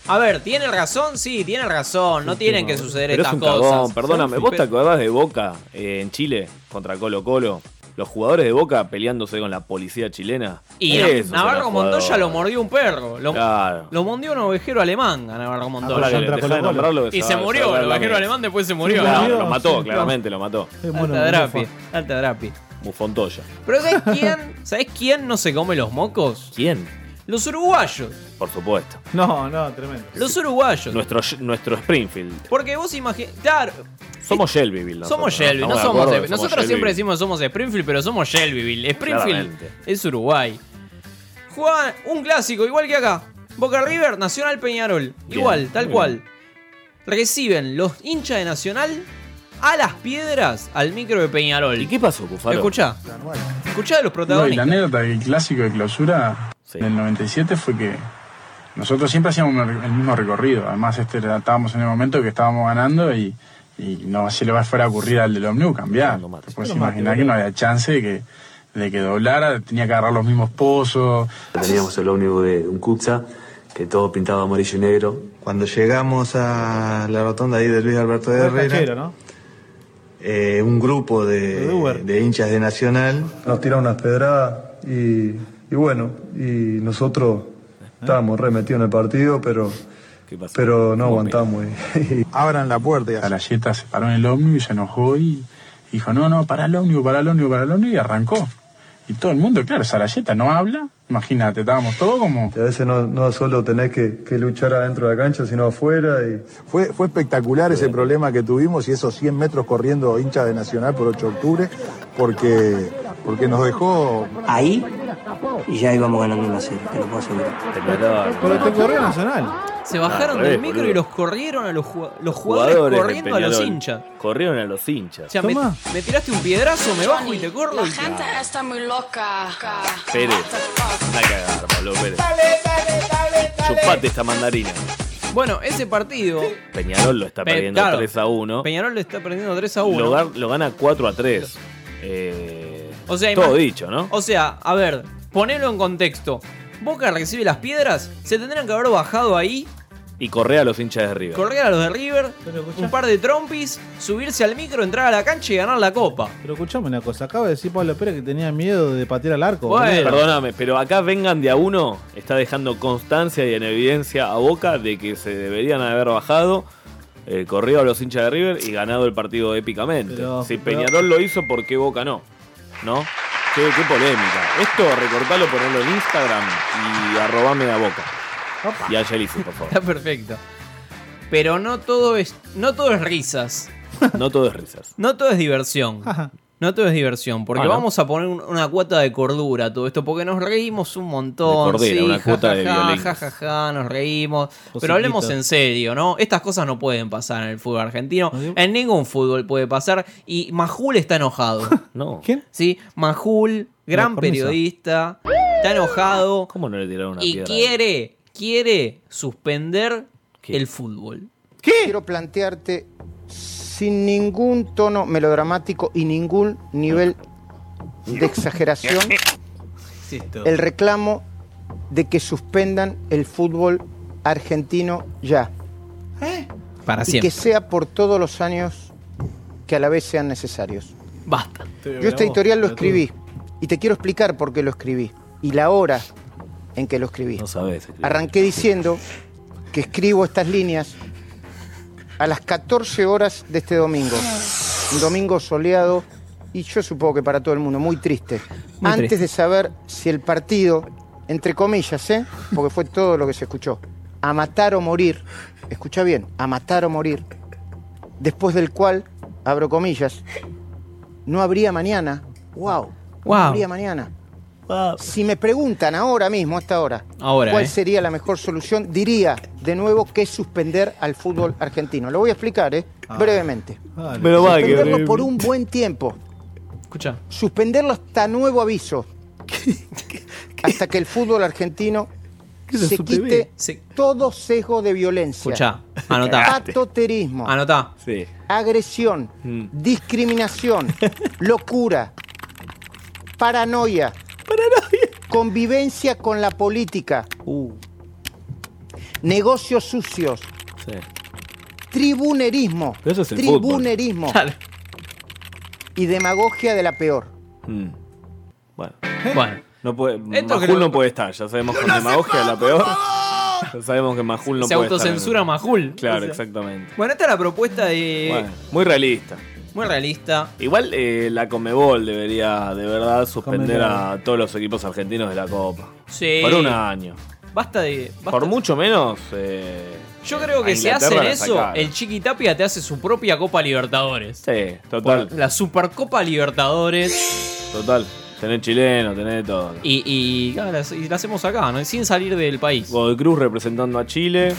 Speaker 4: A ver, ¿tiene razón? Sí, tiene razón. No tienen que suceder
Speaker 10: Pero es
Speaker 4: estas
Speaker 10: un
Speaker 4: cosas.
Speaker 10: cagón, perdóname. ¿Vos te
Speaker 4: Pero-
Speaker 10: acordás de Boca eh, en Chile contra Colo Colo? los jugadores de Boca peleándose con la policía chilena.
Speaker 4: Y
Speaker 10: Esos son
Speaker 4: Navarro
Speaker 10: los
Speaker 4: Montoya lo
Speaker 10: jugadores.
Speaker 4: mordió un perro. Lo,
Speaker 10: Claro.
Speaker 4: lo mordió un ovejero alemán a Navarro Montoya.
Speaker 10: Ahora que dejá de nombrarlo,
Speaker 4: y
Speaker 10: esa-
Speaker 4: se
Speaker 10: esa-
Speaker 4: murió, el
Speaker 10: esa-
Speaker 4: ovejero
Speaker 10: esa-
Speaker 4: alemán después se murió.
Speaker 10: Claro, lo mató, claramente lo mató.
Speaker 4: Alta drapi, alta drapi.
Speaker 10: Bufontoya.
Speaker 4: Pero ¿sabes quién? ¿Sabes quién no se come los mocos?
Speaker 10: ¿Quién?
Speaker 4: Los uruguayos.
Speaker 10: Por supuesto.
Speaker 9: No, no, tremendo.
Speaker 4: Los uruguayos.
Speaker 10: Nuestro, nuestro Springfield.
Speaker 4: Porque vos imaginás. Claro,
Speaker 10: Somos Shelbyville. nosotros,
Speaker 4: somos Shelby, no
Speaker 10: Estamos de
Speaker 4: somos.
Speaker 10: acuerdo que somos
Speaker 4: nosotros siempre
Speaker 10: Shelbyville.
Speaker 4: decimos que somos Springfield, pero somos Shelbyville. Springfield
Speaker 10: Claramente.
Speaker 4: es Uruguay. Juegan un clásico, igual que acá. Boca River, Nacional Peñarol.
Speaker 10: Bien,
Speaker 4: igual, tal
Speaker 10: muy
Speaker 4: cual. Reciben los hinchas de Nacional a las piedras al micro de Peñarol. ¿Y
Speaker 10: qué pasó, Cufaro?
Speaker 4: Escuchá. Escuchá de
Speaker 21: No, y
Speaker 4: los
Speaker 21: la
Speaker 4: protagonistas.
Speaker 21: anécdota del clásico de clausura del 97 fue que nosotros siempre hacíamos un re- el mismo recorrido. Además, este, era- estábamos en el momento que estábamos ganando y, y no se le va fuera a ocurrir al del Omniu cambiar. Te puedes
Speaker 22: Lo mate,
Speaker 21: imaginar que no había chance de que, de que doblara, tenía que agarrar los mismos pozos.
Speaker 7: Teníamos el ómnibus de un Cupsa, que todo pintado amarillo y negro. Cuando llegamos a la rotonda ahí de Luis Alberto de
Speaker 9: Fue
Speaker 7: Herrera,
Speaker 9: canchero, ¿no?
Speaker 7: eh, un grupo de, de hinchas de Nacional nos tiraron unas pedradas y, y bueno, y nosotros estábamos remetidos en el partido, pero, pero no aguantamos.
Speaker 21: Abran la puerta y a la yeta se paró en el ómnibus y se enojó y dijo, no, no, para el ómnibus, para el ómnibus, para el ómnibus y arrancó. Y todo el mundo, claro, Sarayeta no habla, imagínate, estábamos todos como...
Speaker 7: A veces no, no solo tenés que, que luchar adentro de la cancha, sino afuera. Y...
Speaker 23: Fue, fue espectacular ese problema que tuvimos y esos 100 metros corriendo hinchas de Nacional por 8 de octubre, porque, porque nos dejó... Ahí y ya íbamos ganando una serie, te lo puedo
Speaker 9: Pero te corrió Nacional.
Speaker 4: Se
Speaker 10: Ah,
Speaker 4: bajaron
Speaker 10: al
Speaker 4: del
Speaker 10: revés,
Speaker 4: micro
Speaker 10: boludo.
Speaker 4: y los corrieron a los, ju- los jugadores,
Speaker 10: Jugadores de
Speaker 4: corriendo a los
Speaker 10: Peñarol.
Speaker 4: hinchas.
Speaker 10: Corrieron a los hinchas.
Speaker 4: O sea, me, me tiraste un piedrazo, me bajo y te corro. y-
Speaker 24: está muy loca.
Speaker 10: Pérez. Anda a cagar, Pablo Pérez. Chupate esta mandarina.
Speaker 4: Bueno, ese partido.
Speaker 10: Peñarol lo está
Speaker 4: Pe-
Speaker 10: perdiendo
Speaker 4: claro.
Speaker 10: 3 a 1.
Speaker 4: Peñarol le está perdiendo 3 a 1.
Speaker 10: Lo, gar- lo gana 4 a 3. Eh,
Speaker 4: O sea,
Speaker 10: todo
Speaker 4: ima-
Speaker 10: dicho, ¿no?
Speaker 4: O sea, a ver, ponelo en contexto. Boca recibe las piedras, se tendrían que haber bajado ahí,
Speaker 10: Y correa a los hinchas de River.
Speaker 4: correr a los de River, un par de trompis, subirse al micro, entrar a la cancha y ganar la copa.
Speaker 9: Pero escuchame una cosa, acaba de decir Pablo Pérez que tenía miedo de patear al arco. boludo.
Speaker 10: Perdóname, pero acá vengan de a uno. Está dejando constancia y en evidencia a Boca de que se deberían haber bajado, eh, corrido a los hinchas de River y ganado el partido épicamente.
Speaker 9: Pero-
Speaker 10: si
Speaker 9: pero-
Speaker 10: Peñarol lo hizo, ¿por qué Boca no? ¿No? Qué, qué polémica. Esto recortalo, ponelo en Instagram y arrobame a Boca. Y a Yelizu, por favor.
Speaker 4: Está perfecto. Pero no todo es, no todo es risas,
Speaker 10: No todo es risas.
Speaker 4: no todo es diversión. No todo es diversión, porque
Speaker 10: Ah, ¿no?
Speaker 4: vamos a poner un- una cuota de cordura a todo esto, porque nos reímos un
Speaker 10: De
Speaker 4: montón.
Speaker 10: cordera,
Speaker 4: sí,
Speaker 10: una
Speaker 4: ja,
Speaker 10: cuota
Speaker 4: ja,
Speaker 10: de
Speaker 4: ja,
Speaker 10: violín.
Speaker 4: ja, ja, ja, nos reímos.
Speaker 10: Cosiquita.
Speaker 4: Pero hablemos en serio, ¿no? Estas cosas no pueden pasar en el fútbol argentino. En ningún fútbol puede pasar. Y Majul está enojado.
Speaker 10: no.
Speaker 4: ¿Quién? Sí, Majul, gran
Speaker 10: No, con esa.
Speaker 4: periodista, está enojado
Speaker 10: ¿Cómo no le tiraron una
Speaker 4: y
Speaker 10: piedra?
Speaker 4: quiere, quiere suspender el fútbol.
Speaker 1: Quiero plantearte sin ningún tono melodramático y ningún nivel de exageración el reclamo de que suspendan el fútbol argentino ya.
Speaker 4: Para
Speaker 1: y que
Speaker 4: siempre.
Speaker 1: sea por todos los años que a la vez sean necesarios.
Speaker 4: Basta.
Speaker 1: Yo este editorial lo escribí y te quiero explicar por qué lo escribí y la hora en que lo escribí.
Speaker 10: No sabes.
Speaker 1: Arranqué diciendo que escribo estas líneas a las 14 horas de este domingo. Un domingo soleado y yo supongo que para todo el mundo, muy triste.
Speaker 25: Muy
Speaker 1: Antes
Speaker 25: triste.
Speaker 1: de saber si el partido, entre comillas, ¿eh? porque fue todo lo que se escuchó, a matar o morir, escucha bien, a matar o morir, después del cual, abro comillas, no habría mañana. ¡Wow!
Speaker 4: Wow.
Speaker 1: No habría mañana. Si me preguntan ahora mismo, a esta hora,
Speaker 4: Ahora,
Speaker 1: cuál
Speaker 4: eh.
Speaker 1: sería la mejor solución, diría de nuevo que es suspender al fútbol argentino. Lo voy a explicar, ¿eh?
Speaker 4: Ah.
Speaker 1: brevemente.
Speaker 10: Pero va, que
Speaker 1: Suspenderlo
Speaker 10: breve.
Speaker 1: por un buen tiempo.
Speaker 4: Escucha.
Speaker 1: Suspenderlo hasta nuevo aviso. Hasta que el fútbol argentino
Speaker 4: ¿Qué es eso,
Speaker 1: se
Speaker 4: TV?
Speaker 1: quite todo sesgo de violencia.
Speaker 4: Escuchá, anotá.
Speaker 1: Patoterismo
Speaker 4: Anotá. Mm.
Speaker 10: Sí.
Speaker 1: agresión, discriminación, locura, paranoia, convivencia con la política,
Speaker 10: Uh.
Speaker 1: negocios sucios, tribunerismo,
Speaker 10: Pero eso es el fútbol.
Speaker 1: tribunerismo y demagogia de la peor.
Speaker 10: Mm. Bueno.
Speaker 4: Bueno.
Speaker 10: ¿Eh? No puede,
Speaker 4: Esto
Speaker 10: Majul
Speaker 4: creo-
Speaker 10: no puede estar, ya sabemos con demagogia la peor. Ya sabemos que Majul no
Speaker 4: Se
Speaker 10: puede estar.
Speaker 4: autocensura Majul.
Speaker 10: Claro,
Speaker 4: O sea.
Speaker 10: exactamente.
Speaker 4: Bueno, esta es la propuesta de.
Speaker 10: Bueno, muy realista.
Speaker 4: Muy realista.
Speaker 10: Igual eh, la Comebol debería de verdad suspender
Speaker 4: Comebol.
Speaker 10: a todos los equipos argentinos de la Copa.
Speaker 4: Sí.
Speaker 10: Por un año.
Speaker 4: Basta de. basta-
Speaker 10: Por mucho menos. eh,
Speaker 4: Yo creo
Speaker 10: a
Speaker 4: que si
Speaker 10: Inglaterra
Speaker 4: hacen
Speaker 10: la
Speaker 4: eso,
Speaker 10: sacaron.
Speaker 4: el Chiqui Tapia te hace su propia Copa Libertadores.
Speaker 10: Sí, total.
Speaker 4: La Supercopa Libertadores.
Speaker 10: Total. Tener chileno, tener todo.
Speaker 4: Y, y, claro, la, y la hacemos acá, ¿no? sin salir del país.
Speaker 10: Godoy Cruz representando a Chile.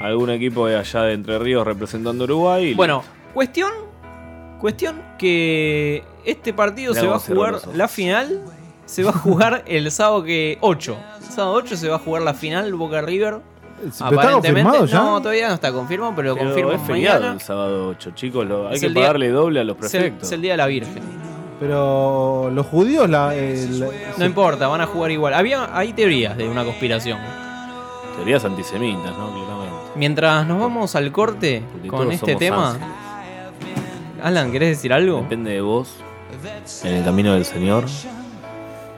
Speaker 10: Algún equipo de allá de Entre Ríos representando a Uruguay. y
Speaker 4: Bueno, cuestión. Cuestión que este partido
Speaker 10: Mirá
Speaker 4: se va a
Speaker 10: cómo cerró
Speaker 4: jugar.
Speaker 10: los ojos.
Speaker 4: La final se va a jugar el sábado que 8. El sábado 8 se va a jugar la final Boca River.
Speaker 10: está confirmado ya?
Speaker 4: No, todavía no está confirmado, pero lo
Speaker 10: Pero
Speaker 4: confirmo
Speaker 10: es feriado
Speaker 4: mañana.
Speaker 10: el sábado 8, chicos. lo- hay
Speaker 4: Es
Speaker 10: que
Speaker 4: el día-
Speaker 10: pagarle doble a los
Speaker 4: Es el-
Speaker 10: prefectos.
Speaker 4: es el día de la Virgen.
Speaker 9: Pero los judíos la. el-
Speaker 4: No importa, van a jugar igual. Había, hay teorías de una conspiración.
Speaker 10: Teorías antisemitas, ¿no? Claramente.
Speaker 4: Mientras nos vamos al corte
Speaker 10: Porque
Speaker 4: con
Speaker 10: todos
Speaker 4: este
Speaker 10: somos
Speaker 4: tema. Alan, ¿querés decir algo?
Speaker 10: Depende de vos. En el camino del Señor,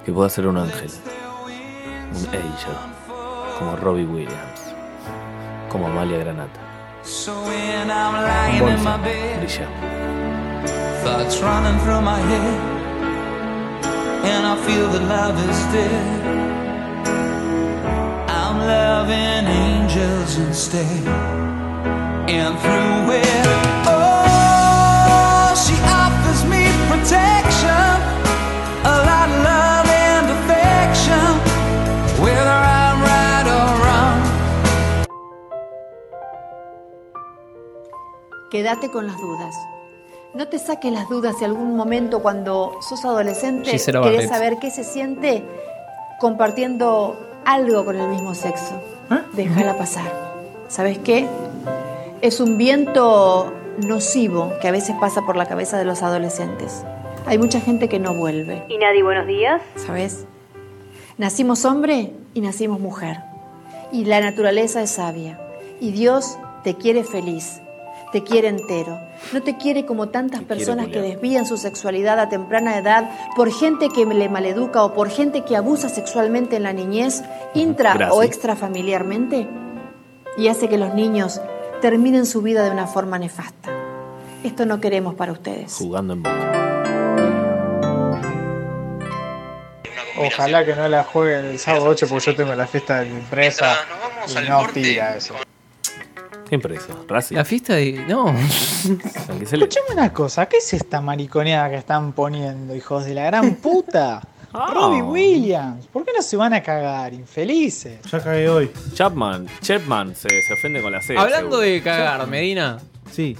Speaker 10: que pueda ser un ángel. Un angel. Como Robbie Williams. Como Amalia Granata.
Speaker 11: So when I'm lying in my bed,
Speaker 10: Brilla.
Speaker 11: thoughts running through my head, and I feel that love is dead. I'm loving angels instead, and through it, oh, she offers me protection, a lot of love and affection, whether I'm right or wrong.
Speaker 22: Quédate con las dudas. No te saques las dudas si algún momento cuando sos adolescente
Speaker 8: Gisela Barnett.
Speaker 22: querés saber qué se siente compartiendo algo con el mismo sexo. Déjala pasar. ¿Sabes qué? Es un viento nocivo que a veces pasa por la cabeza de los adolescentes. Hay mucha gente que no vuelve.
Speaker 8: Y nadie, buenos días.
Speaker 22: ¿Sabes? Nacimos hombre y nacimos mujer. Y la naturaleza es sabia. Y Dios te quiere feliz, te quiere entero. No te quiere como tantas personas que desvían su sexualidad a temprana edad por gente que le maleduca o por gente que abusa sexualmente en la niñez, intra o
Speaker 8: gracias.
Speaker 22: extrafamiliarmente, y hace que los niños terminen su vida de una forma nefasta. Esto no queremos para ustedes.
Speaker 10: Jugando en
Speaker 26: Ojalá que no la jueguen el sábado 8 porque yo tengo la fiesta de mi empresa y no tira eso.
Speaker 10: Siempre eso. Racing.
Speaker 4: La fiesta de. No.
Speaker 10: Escuchame
Speaker 26: una cosa, ¿qué es esta mariconeada que están poniendo, hijos de la gran puta?
Speaker 10: Ah.
Speaker 26: Robbie Williams, ¿por qué no se van a cagar, infelices?
Speaker 10: Ya cagué hoy. Chapman. Chapman se, se ofende con la C.
Speaker 4: Hablando
Speaker 10: seguro.
Speaker 4: de cagar, Medina.
Speaker 9: Sí.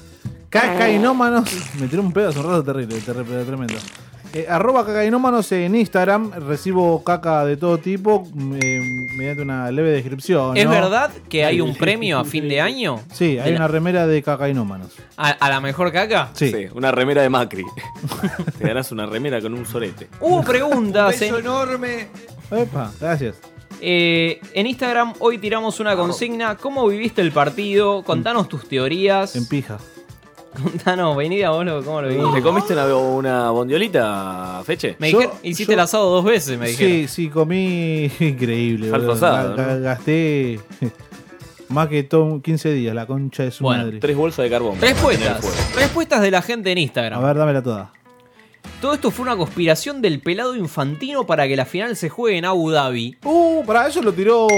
Speaker 9: Cacainómanos. Me tiró un pedo hace un rato terrible, terrible, tremendo. Eh, arroba cacainómanos en Instagram. Recibo caca de todo tipo eh, mediante una leve descripción.
Speaker 4: ¿Es
Speaker 9: ¿no?
Speaker 4: verdad que hay un premio a fin de año?
Speaker 9: Sí, hay
Speaker 4: De la-
Speaker 9: una remera de cacainómanos.
Speaker 4: ¿A, a la mejor caca?
Speaker 9: Sí.
Speaker 10: Una remera de Macri. Te darás una remera con un sorete.
Speaker 4: Hubo preguntas. en-
Speaker 9: enorme. Epa, gracias.
Speaker 4: eh, en Instagram hoy tiramos una consigna. ¿Cómo viviste el partido? Contanos tus teorías. En
Speaker 9: pija.
Speaker 4: Contanos, venida vos, lo- ¿cómo lo viviste?
Speaker 10: ¿Te comiste una, una bondiolita, Feche?
Speaker 4: Me dijeron- hiciste el asado dos veces, me dijeron.
Speaker 9: Sí, sí, comí increíble.
Speaker 10: Salto
Speaker 9: boludo.
Speaker 10: asado,
Speaker 9: Ga- ga- Gasté más que todo 15 días, la concha de su
Speaker 4: Bueno,
Speaker 9: madre.
Speaker 10: Tres bolsas de carbón. En el fuego.
Speaker 4: Respuestas. Respuestas de la gente en
Speaker 9: A
Speaker 4: Instagram.
Speaker 9: ver, dámela toda.
Speaker 4: Todo esto fue una conspiración del pelado infantino para que la final se juegue en Abu Dhabi.
Speaker 9: Uh, para eso lo tiró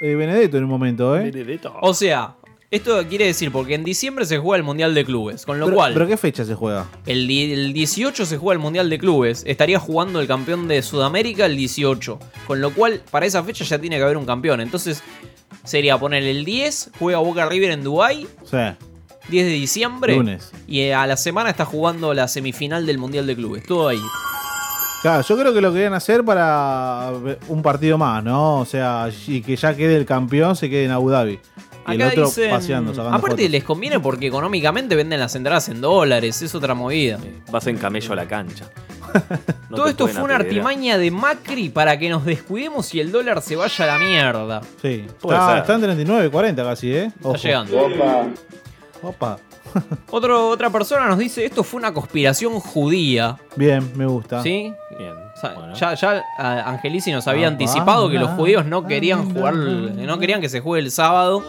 Speaker 9: eh, Benedetto en un momento, ¿eh?
Speaker 4: O sea, esto quiere decir porque en diciembre se juega el Mundial de Clubes, con lo
Speaker 9: Pero,
Speaker 4: cual
Speaker 9: ¿Pero qué fecha se juega?
Speaker 4: el, di- el 18 se juega el Mundial de Clubes, estaría jugando el campeón de Sudamérica el 18, con lo cual para esa fecha ya tiene que haber un campeón. Entonces sería poner el 10, juega Boca River en Dubai,
Speaker 9: O sea,
Speaker 4: 10 de diciembre
Speaker 9: Lunes.
Speaker 4: y eh, a la semana está jugando la semifinal del Mundial de Clubes, todo ahí.
Speaker 9: claro, yo creo que lo querían hacer para un partido más, ¿no? O sea, y que ya quede el campeón, se quede en Abu Dhabi. Y el
Speaker 4: Acá
Speaker 9: otro
Speaker 4: dicen-
Speaker 9: paseando, sacando
Speaker 4: Aparte
Speaker 9: fotos.
Speaker 4: les conviene porque económicamente venden las entradas en dólares, es otra movida.
Speaker 10: Eh, Vas en camello a la cancha. No
Speaker 4: Todo
Speaker 10: te
Speaker 4: esto
Speaker 10: pueden ¿eh?
Speaker 4: fue una
Speaker 10: apedrear.
Speaker 4: artimaña de Macri para que nos descuidemos y el dólar se vaya a la mierda.
Speaker 9: Sí.
Speaker 4: Puede
Speaker 9: Está,
Speaker 4: ser.
Speaker 9: está en 39, 40 casi, ¿eh? Ojo.
Speaker 4: Está llegando.
Speaker 9: Opa.
Speaker 4: Otro, otra persona nos dice, esto fue una conspiración judía.
Speaker 9: Bien, me gusta.
Speaker 4: ¿Sí? Bien. Ya, ya a- Angelici nos había
Speaker 9: Ah,
Speaker 4: anticipado que los
Speaker 9: ah,
Speaker 4: judíos no querían jugar, el- no querían que se juegue el sábado.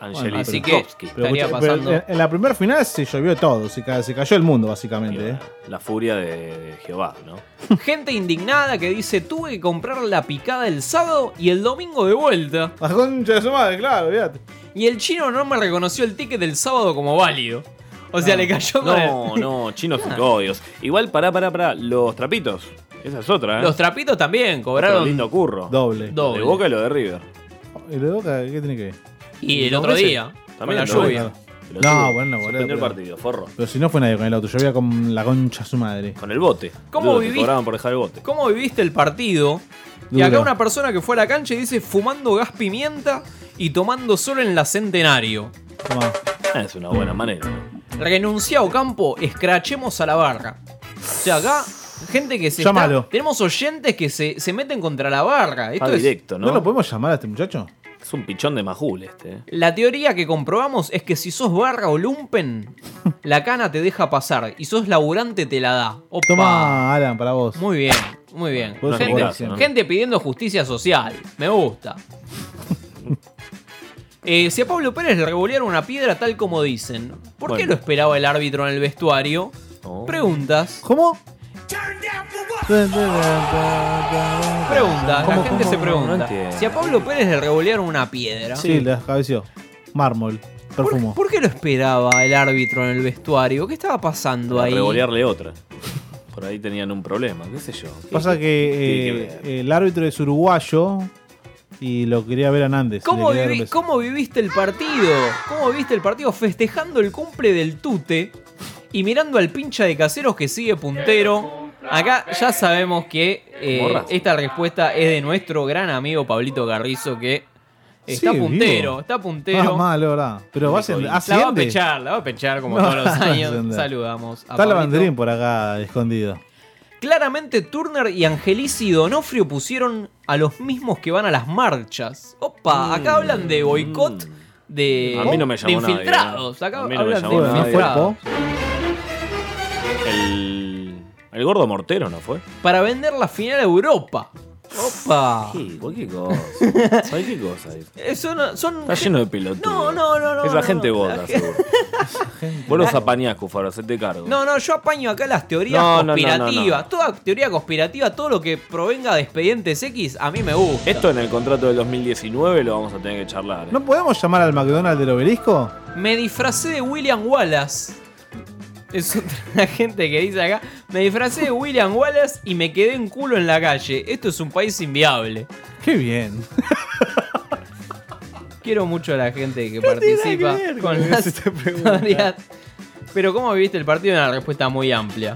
Speaker 10: Angeli
Speaker 4: Así que
Speaker 10: Petkovsky.
Speaker 9: Pero
Speaker 4: estaría
Speaker 9: escucha, pero
Speaker 4: pasando.
Speaker 9: en, en la primera final se llovió todo, se, ca- se cayó el mundo, básicamente. ¿eh?
Speaker 10: La furia de, de Jehová, ¿no?
Speaker 4: Gente indignada que dice, tuve que comprar la picada el sábado y el domingo de vuelta.
Speaker 9: La Ah, concha de su madre, claro, fíjate.
Speaker 4: Y el chino no me reconoció el ticket del sábado como válido. O sea, le cayó con
Speaker 10: No,
Speaker 4: el- Ah.
Speaker 10: no, chinos y codios. Igual, pará, pará, pará. Los trapitos. Esa es otra, ¿eh?
Speaker 4: Los trapitos también cobraron.
Speaker 10: Otro lindo curro.
Speaker 9: Doble.
Speaker 10: Lo De Boca y lo de River.
Speaker 9: ¿Y lo de Boca qué tiene que ver?
Speaker 4: Y el otro día, con la
Speaker 10: lo de
Speaker 4: lluvia.
Speaker 10: Boca.
Speaker 9: No, bueno, boludo,
Speaker 10: Suspender
Speaker 9: pero-
Speaker 10: partido, forro.
Speaker 9: Pero si no fue nadie con el auto, llovía con la concha de su madre.
Speaker 10: Con el bote.
Speaker 4: ¿Cómo
Speaker 10: Dudo que
Speaker 4: vivís?
Speaker 10: cobraban por dejar el bote.
Speaker 4: ¿Cómo viviste el partido? Y
Speaker 10: Duro.
Speaker 4: acá una persona que fue a la cancha y dice fumando gas pimienta y tomando solo en la Centenario.
Speaker 10: Ah, Es una buena manera.
Speaker 4: Renuncia a Ocampo, escrachemos a la barra. O sea, acá gente que se
Speaker 9: Llámalo.
Speaker 4: está- tenemos oyentes que se, se meten contra la barra. Esto
Speaker 10: Va
Speaker 4: es
Speaker 10: directo, ¿no?
Speaker 9: ¿No lo podemos llamar a este muchacho?
Speaker 10: Es un pichón de majul este. ¿eh?
Speaker 4: La teoría que comprobamos es que si sos barra o lumpen, la cana te deja pasar y sos laburante te la da. Opa.
Speaker 9: Toma, Alan, para vos.
Speaker 4: Muy bien, muy bien.
Speaker 9: Vos sos
Speaker 4: Gente,
Speaker 9: buenísimo.
Speaker 4: gente pidiendo justicia social. Me gusta. Eh, si a Pablo Pérez le revolearon una piedra tal como dicen, ¿por qué
Speaker 10: Bueno.
Speaker 4: lo esperaba el árbitro en el vestuario? Preguntas.
Speaker 9: Oh. ¿Cómo?
Speaker 4: Preguntas.
Speaker 9: ¿Cómo,
Speaker 4: la gente
Speaker 9: cómo?
Speaker 4: se
Speaker 9: No
Speaker 4: pregunta.
Speaker 9: entiendo.
Speaker 4: si a Pablo Pérez le revolearon una piedra,
Speaker 9: Sí, la descabeció. Mármol, perfumo.
Speaker 4: ¿por qué lo esperaba el árbitro en el vestuario? ¿Qué estaba pasando
Speaker 10: Para
Speaker 4: ahí?
Speaker 10: revolearle otra. Por ahí tenían un problema, qué sé yo.
Speaker 9: Pasa que, eh, el árbitro es uruguayo y lo quería ver a Nández.
Speaker 4: ¿Cómo,
Speaker 9: le quería dar
Speaker 4: vivi-
Speaker 9: un beso.
Speaker 4: cómo viviste el partido? ¿Cómo viviste el partido festejando el cumple del Tute y mirando al pincha de caseros que sigue puntero? Acá ya sabemos que eh,
Speaker 10: Morras.
Speaker 4: esta respuesta es de nuestro gran amigo Pablito Garrizo que está
Speaker 9: Sí,
Speaker 4: puntero,
Speaker 9: vivo.
Speaker 4: está puntero.
Speaker 9: Ah, malo, verdad. Pero va a ser.
Speaker 4: la va a
Speaker 9: asciende.
Speaker 4: pechar, la va a pechar como
Speaker 9: No,
Speaker 4: todos los
Speaker 9: no
Speaker 4: años.
Speaker 9: asciende.
Speaker 4: Saludamos a
Speaker 9: Está la
Speaker 4: Pablito.
Speaker 9: banderín por acá escondido.
Speaker 4: Claramente Turner y Angelici y Donofrio pusieron a los mismos que van a las marchas. Opa, acá hablan de boicot de,
Speaker 10: Mm. A mí no me
Speaker 4: de
Speaker 10: llamó nadie,
Speaker 4: infiltrados.
Speaker 10: ¿no?
Speaker 4: Acá
Speaker 10: A mí no me
Speaker 4: hablan
Speaker 10: llamó
Speaker 4: de
Speaker 10: nadie.
Speaker 4: infiltrados.
Speaker 10: El, el gordo mortero, ¿no fue?
Speaker 4: Para vender la final a Europa. Opa.
Speaker 10: Sí, cualquier cosa. ¿Sabes qué cosa es?
Speaker 4: Eh, Son, son-
Speaker 10: Está lleno de pelotudos.
Speaker 4: No, no, no, no.
Speaker 10: Esa
Speaker 4: no,
Speaker 10: gente
Speaker 4: no.
Speaker 10: gorda, seguro. Vos los apañás, Cufaro, hacete cargo.
Speaker 4: No, no, yo apaño acá las teorías
Speaker 10: No, no, no,
Speaker 4: conspirativas.
Speaker 10: no, no.
Speaker 4: Toda teoría conspirativa, todo lo que provenga de expedientes X, a mí me gusta.
Speaker 10: Esto en el contrato del 2019 lo vamos a tener que charlar. ¿eh?
Speaker 9: ¿No podemos llamar al McDonald's del obelisco?
Speaker 4: Me disfracé de William Wallace. Es otra gente que dice acá. Me disfracé de William Wallace y me quedé en culo en la calle. Esto es un país inviable.
Speaker 9: Qué bien.
Speaker 4: Quiero mucho a la gente que
Speaker 11: tiene nada que
Speaker 4: participa
Speaker 11: ver con lo
Speaker 4: con
Speaker 11: que
Speaker 4: las
Speaker 11: se te pregunta.
Speaker 4: historias. Pero ¿cómo viviste el partido? Una respuesta muy amplia.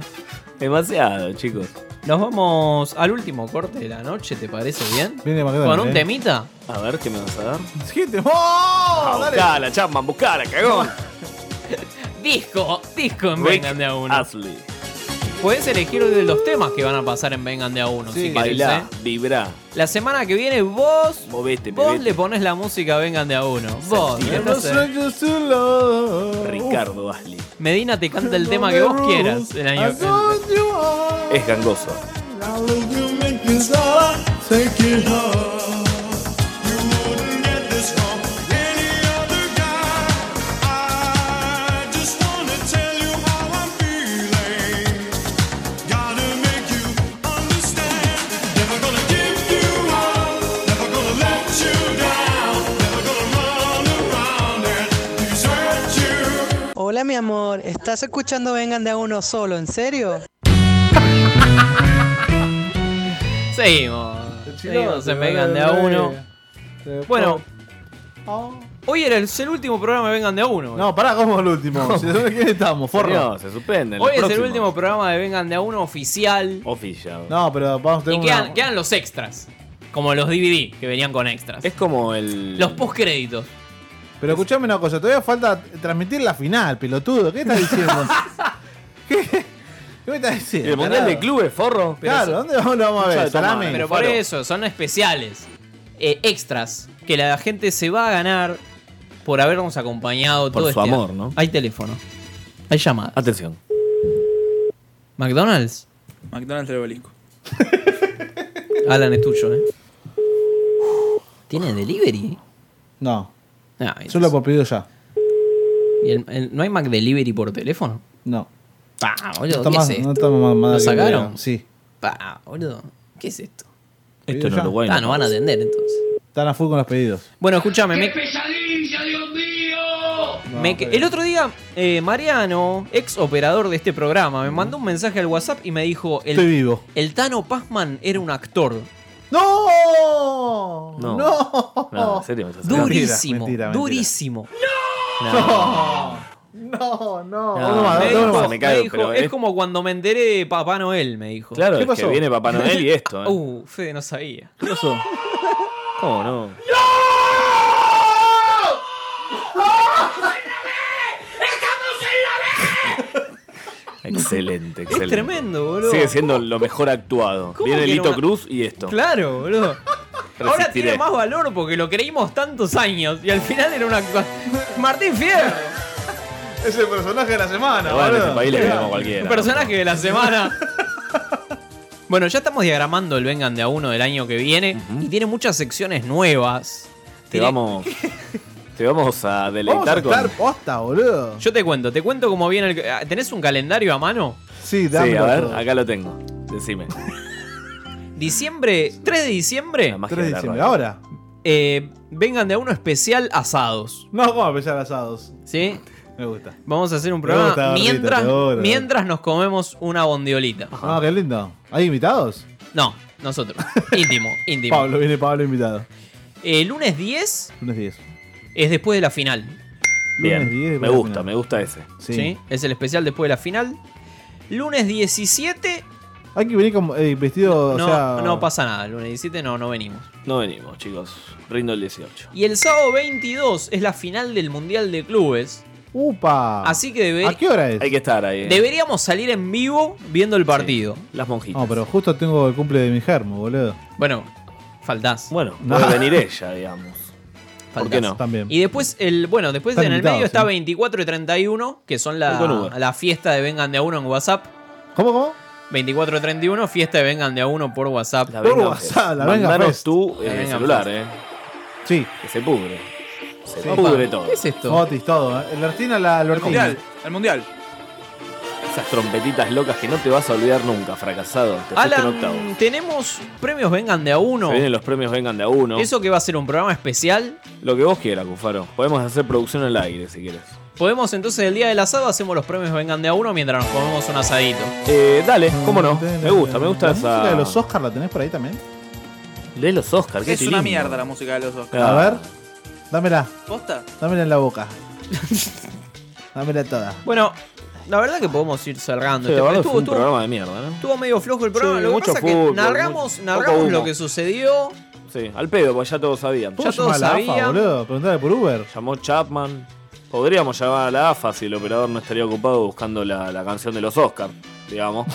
Speaker 10: Demasiado, chicos.
Speaker 4: Nos vamos al último corte de la noche, ¿te parece bien?
Speaker 10: Viene McDonald's,
Speaker 4: ¿Con un
Speaker 10: eh.
Speaker 4: temita?
Speaker 10: A ver qué me vas a dar. Ah,
Speaker 9: Sí, te- ¡Oh! Dale.
Speaker 10: Buscala, chamba, buscala, cagón.
Speaker 4: Disco, disco en
Speaker 10: Rick
Speaker 4: Vengan de a uno.
Speaker 10: Astley.
Speaker 4: Podés elegir uno de los temas que van a pasar en Vengan de a uno, si querés, ¿eh?
Speaker 10: Bailá, vibrá.
Speaker 4: La semana que viene vos,
Speaker 10: Movete,
Speaker 4: vos
Speaker 10: pibete.
Speaker 4: le pones la música Vengan de a uno. Vos,
Speaker 10: Sentí.
Speaker 4: ¿eh? No sé.
Speaker 10: Ricardo Astley.
Speaker 4: Medina te canta el tema que vos quieras el año. el-
Speaker 10: Es gangoso.
Speaker 8: Hola mi amor, ¿estás escuchando Vengan de a uno solo? ¿En serio?
Speaker 4: Seguimos. Seguimos en Vengan de a uno. Bueno, hoy era el, el último programa de Vengan de a uno.
Speaker 9: Ah. No, pará, ¿cómo es el último? Si- ¿Dónde quién estamos? Forro.
Speaker 10: Señor, se suspende.
Speaker 4: Hoy es el último programa de Vengan de a uno oficial.
Speaker 10: Oficial.
Speaker 9: No, pero vamos a tener
Speaker 4: Y
Speaker 9: una-
Speaker 4: quedan, quedan los extras. Como los DVD que venían con extras.
Speaker 10: Es como el.
Speaker 4: Los postcréditos.
Speaker 9: Pero escuchame una cosa, todavía falta transmitir la final, pelotudo. ¿Qué estás diciendo? ¿Qué? ¿Qué me estás diciendo?
Speaker 10: El Mundial
Speaker 9: tarado?
Speaker 10: de Clubes, forro.
Speaker 9: Claro, ¿dónde vamos, lo vamos a ver? Salame.
Speaker 4: Pero por eso, son especiales. eh, extras. Que la gente se va a ganar. por habernos acompañado
Speaker 10: Por
Speaker 4: todo
Speaker 10: su
Speaker 4: este
Speaker 10: amor,
Speaker 4: año.
Speaker 10: ¿no?
Speaker 4: Hay teléfono. Hay llamadas.
Speaker 10: Atención.
Speaker 4: ¿McDonald's?
Speaker 3: McDonald's del obelisco.
Speaker 4: Alan es tuyo, ¿eh? ¿Tiene delivery?
Speaker 9: No.
Speaker 4: Ah,
Speaker 9: Solo por pedido ya.
Speaker 4: ¿y el- el- ¿No hay Mac Delivery por teléfono?
Speaker 9: No.
Speaker 4: Pa,
Speaker 9: no
Speaker 4: boludo,
Speaker 9: está
Speaker 4: ¿qué
Speaker 9: más,
Speaker 4: es esto?
Speaker 9: no está más mal
Speaker 4: ¿Lo
Speaker 9: que
Speaker 4: sacaron?
Speaker 9: vea. Sí.
Speaker 4: Pa, boludo, ¿qué es esto?
Speaker 9: Esto en Uruguay no
Speaker 4: Ah, no van a
Speaker 9: pasa.
Speaker 4: atender entonces.
Speaker 9: Están a full con los pedidos.
Speaker 4: Bueno, escúchame, me,
Speaker 11: pesadilla, Dios mío!
Speaker 4: Me que- el otro día, eh, Mariano, ex operador de este programa, me mandó un mensaje al WhatsApp y me dijo: el,
Speaker 9: Estoy vivo.
Speaker 4: El Tano Pazman era un actor.
Speaker 9: ¡No!
Speaker 4: No.
Speaker 9: ¡No!
Speaker 4: No, en serio, me estás haciendo- Durísimo, durísimo. No.
Speaker 9: No, no.
Speaker 4: No, me
Speaker 9: no,
Speaker 4: dijo-
Speaker 9: no,
Speaker 10: me cago,
Speaker 4: me dijo,
Speaker 10: pero
Speaker 4: es
Speaker 10: es-
Speaker 4: como cuando me enteré de Papá Noel, me dijo.
Speaker 10: Claro, es que viene Papá Noel y esto, ¿eh?
Speaker 4: Uh, Fede no sabía.
Speaker 10: ¿Qué pasó? ¿Cómo no? Excelente, excelente.
Speaker 4: tremendo, boludo.
Speaker 10: Sigue siendo lo mejor actuado.
Speaker 4: ¿Cómo
Speaker 10: Viene
Speaker 4: que era
Speaker 10: Lito
Speaker 4: una-
Speaker 10: Cruz y esto.
Speaker 4: Claro, boludo. Ahora
Speaker 10: Resistiré.
Speaker 4: tiene más valor porque lo creímos tantos años y al final era una. actua- Martín Fierro.
Speaker 9: Es el personaje de la semana,
Speaker 10: Pero bueno, en ese
Speaker 9: boludo.
Speaker 10: país le creemos a
Speaker 4: Un
Speaker 10: cualquiera.
Speaker 4: personaje de la semana. bueno, ya estamos diagramando el Vengan de a uno del año que viene y tiene muchas secciones nuevas.
Speaker 10: Te vamos, te vamos a
Speaker 9: Vamos a
Speaker 10: deleitar
Speaker 9: estar
Speaker 10: con.
Speaker 9: posta, boludo.
Speaker 4: Yo te cuento, te cuento cómo viene el. ah, ¿Tenés un calendario a mano?
Speaker 9: Sí,
Speaker 10: Sí, a
Speaker 9: dame.
Speaker 10: ver, acá lo tengo. Decime.
Speaker 4: Diciembre, 3 de diciembre.
Speaker 10: magia
Speaker 9: 3 de diciembre, ahora.
Speaker 4: eh, vengan de a uno especial asados.
Speaker 9: No, vamos a empezar asados.
Speaker 4: ¿Sí?
Speaker 9: Me gusta.
Speaker 4: Vamos a hacer un
Speaker 9: Me
Speaker 4: programa
Speaker 9: gusta, Rita,
Speaker 4: mientras,
Speaker 9: te adoro.
Speaker 4: mientras nos comemos una bondiolita.
Speaker 9: Ah, qué lindo. ¿Hay invitados?
Speaker 4: No, nosotros. íntimo, íntimo.
Speaker 9: Pablo, viene Pablo invitado.
Speaker 4: El lunes 10
Speaker 9: Lunes 10.
Speaker 4: es después de la final.
Speaker 10: Bien,
Speaker 9: Lunes 10,
Speaker 10: me
Speaker 9: buena
Speaker 10: gusta,
Speaker 9: final.
Speaker 10: me gusta ese.
Speaker 4: Sí. Es el especial después de la final. Lunes 17.
Speaker 9: Hay que venir con eh, vestido,
Speaker 4: No,
Speaker 9: o sea.
Speaker 4: no pasa nada. El lunes 17 no, no venimos.
Speaker 10: No venimos, chicos. Rindo el 18.
Speaker 4: Y el sábado 22 es la final del Mundial de Clubes.
Speaker 9: ¡Upa!
Speaker 4: Así que debe-
Speaker 9: ¿A qué hora es?
Speaker 10: Hay que estar ahí. eh.
Speaker 4: deberíamos salir en vivo viendo el partido.
Speaker 10: Las monjitas.
Speaker 9: No, pero justo tengo el cumple de mi germo, boludo.
Speaker 4: Bueno, faltás.
Speaker 10: Bueno,
Speaker 9: No.
Speaker 10: puede venir ella, digamos. ¿Por qué no?
Speaker 9: También.
Speaker 4: Y después, el bueno, después
Speaker 9: Están
Speaker 4: en el
Speaker 9: invitados,
Speaker 4: medio está
Speaker 9: ¿eh?
Speaker 4: 24 y 31, que son
Speaker 10: Voy con
Speaker 4: la,
Speaker 10: Uber.
Speaker 4: la fiesta de Vengan de a uno en WhatsApp.
Speaker 9: ¿Cómo, cómo?
Speaker 4: 24 y 31, fiesta de Vengan de a uno por WhatsApp.
Speaker 10: La Vengan Fest. Mandanos tú eh,
Speaker 4: La
Speaker 10: el
Speaker 4: Vengan pues.
Speaker 10: celular,
Speaker 4: Fest.
Speaker 10: ¿eh?
Speaker 9: Sí.
Speaker 10: Que se pudre. Se
Speaker 4: Sí.
Speaker 10: pudre
Speaker 4: Opa,
Speaker 10: todo.
Speaker 4: ¿qué es esto?
Speaker 9: Fotis, todo. ¿eh? El Artina, la el
Speaker 10: El
Speaker 9: Bertini.
Speaker 10: mundial, el mundial. Esas trompetitas locas que no te vas a olvidar nunca, fracasado. Te fuiste en octavo.
Speaker 4: Alan, tenemos premios Vengan de a uno.
Speaker 10: Se vienen los premios Vengan de a uno.
Speaker 4: Eso que va a ser un programa especial.
Speaker 10: Lo que vos quieras, Cufaro. Podemos hacer producción al aire si quieres.
Speaker 4: Podemos entonces el día del asado hacemos los premios Vengan de a uno mientras nos comemos un asadito.
Speaker 10: Eh, dale, cómo no. Me gusta, me gusta
Speaker 9: ¿La música de
Speaker 10: esa.
Speaker 9: los Oscars la tenés por ahí también?
Speaker 10: De los Oscars, qué
Speaker 3: Es una
Speaker 10: lindo. Ah.
Speaker 3: mierda la música de los Oscars.
Speaker 10: Claro.
Speaker 9: A ver, dámela.
Speaker 3: ¿Posta?
Speaker 9: Dámela en la boca. dámela toda.
Speaker 4: Bueno, la verdad que podemos ir cerrando.
Speaker 10: Sí,
Speaker 4: este-
Speaker 10: la verdad
Speaker 4: estuvo-
Speaker 10: fue un
Speaker 4: estuvo-
Speaker 10: programa de mierda, ¿no?
Speaker 4: Estuvo medio flojo el programa.
Speaker 10: Sí,
Speaker 4: lo que
Speaker 10: mucho
Speaker 4: pasa es que
Speaker 10: fútbol,
Speaker 4: narramos,
Speaker 10: mucho-
Speaker 4: narramos
Speaker 10: poco humo.
Speaker 4: lo que sucedió.
Speaker 10: Sí, al pedo, porque ya todos sabían.
Speaker 4: Ya todos sabían.
Speaker 9: boludo? Preguntale por Uber.
Speaker 10: Llamó Chapman. Podríamos llamar a la AFA si el operador no estaría ocupado buscando la, la canción de los Oscars, digamos.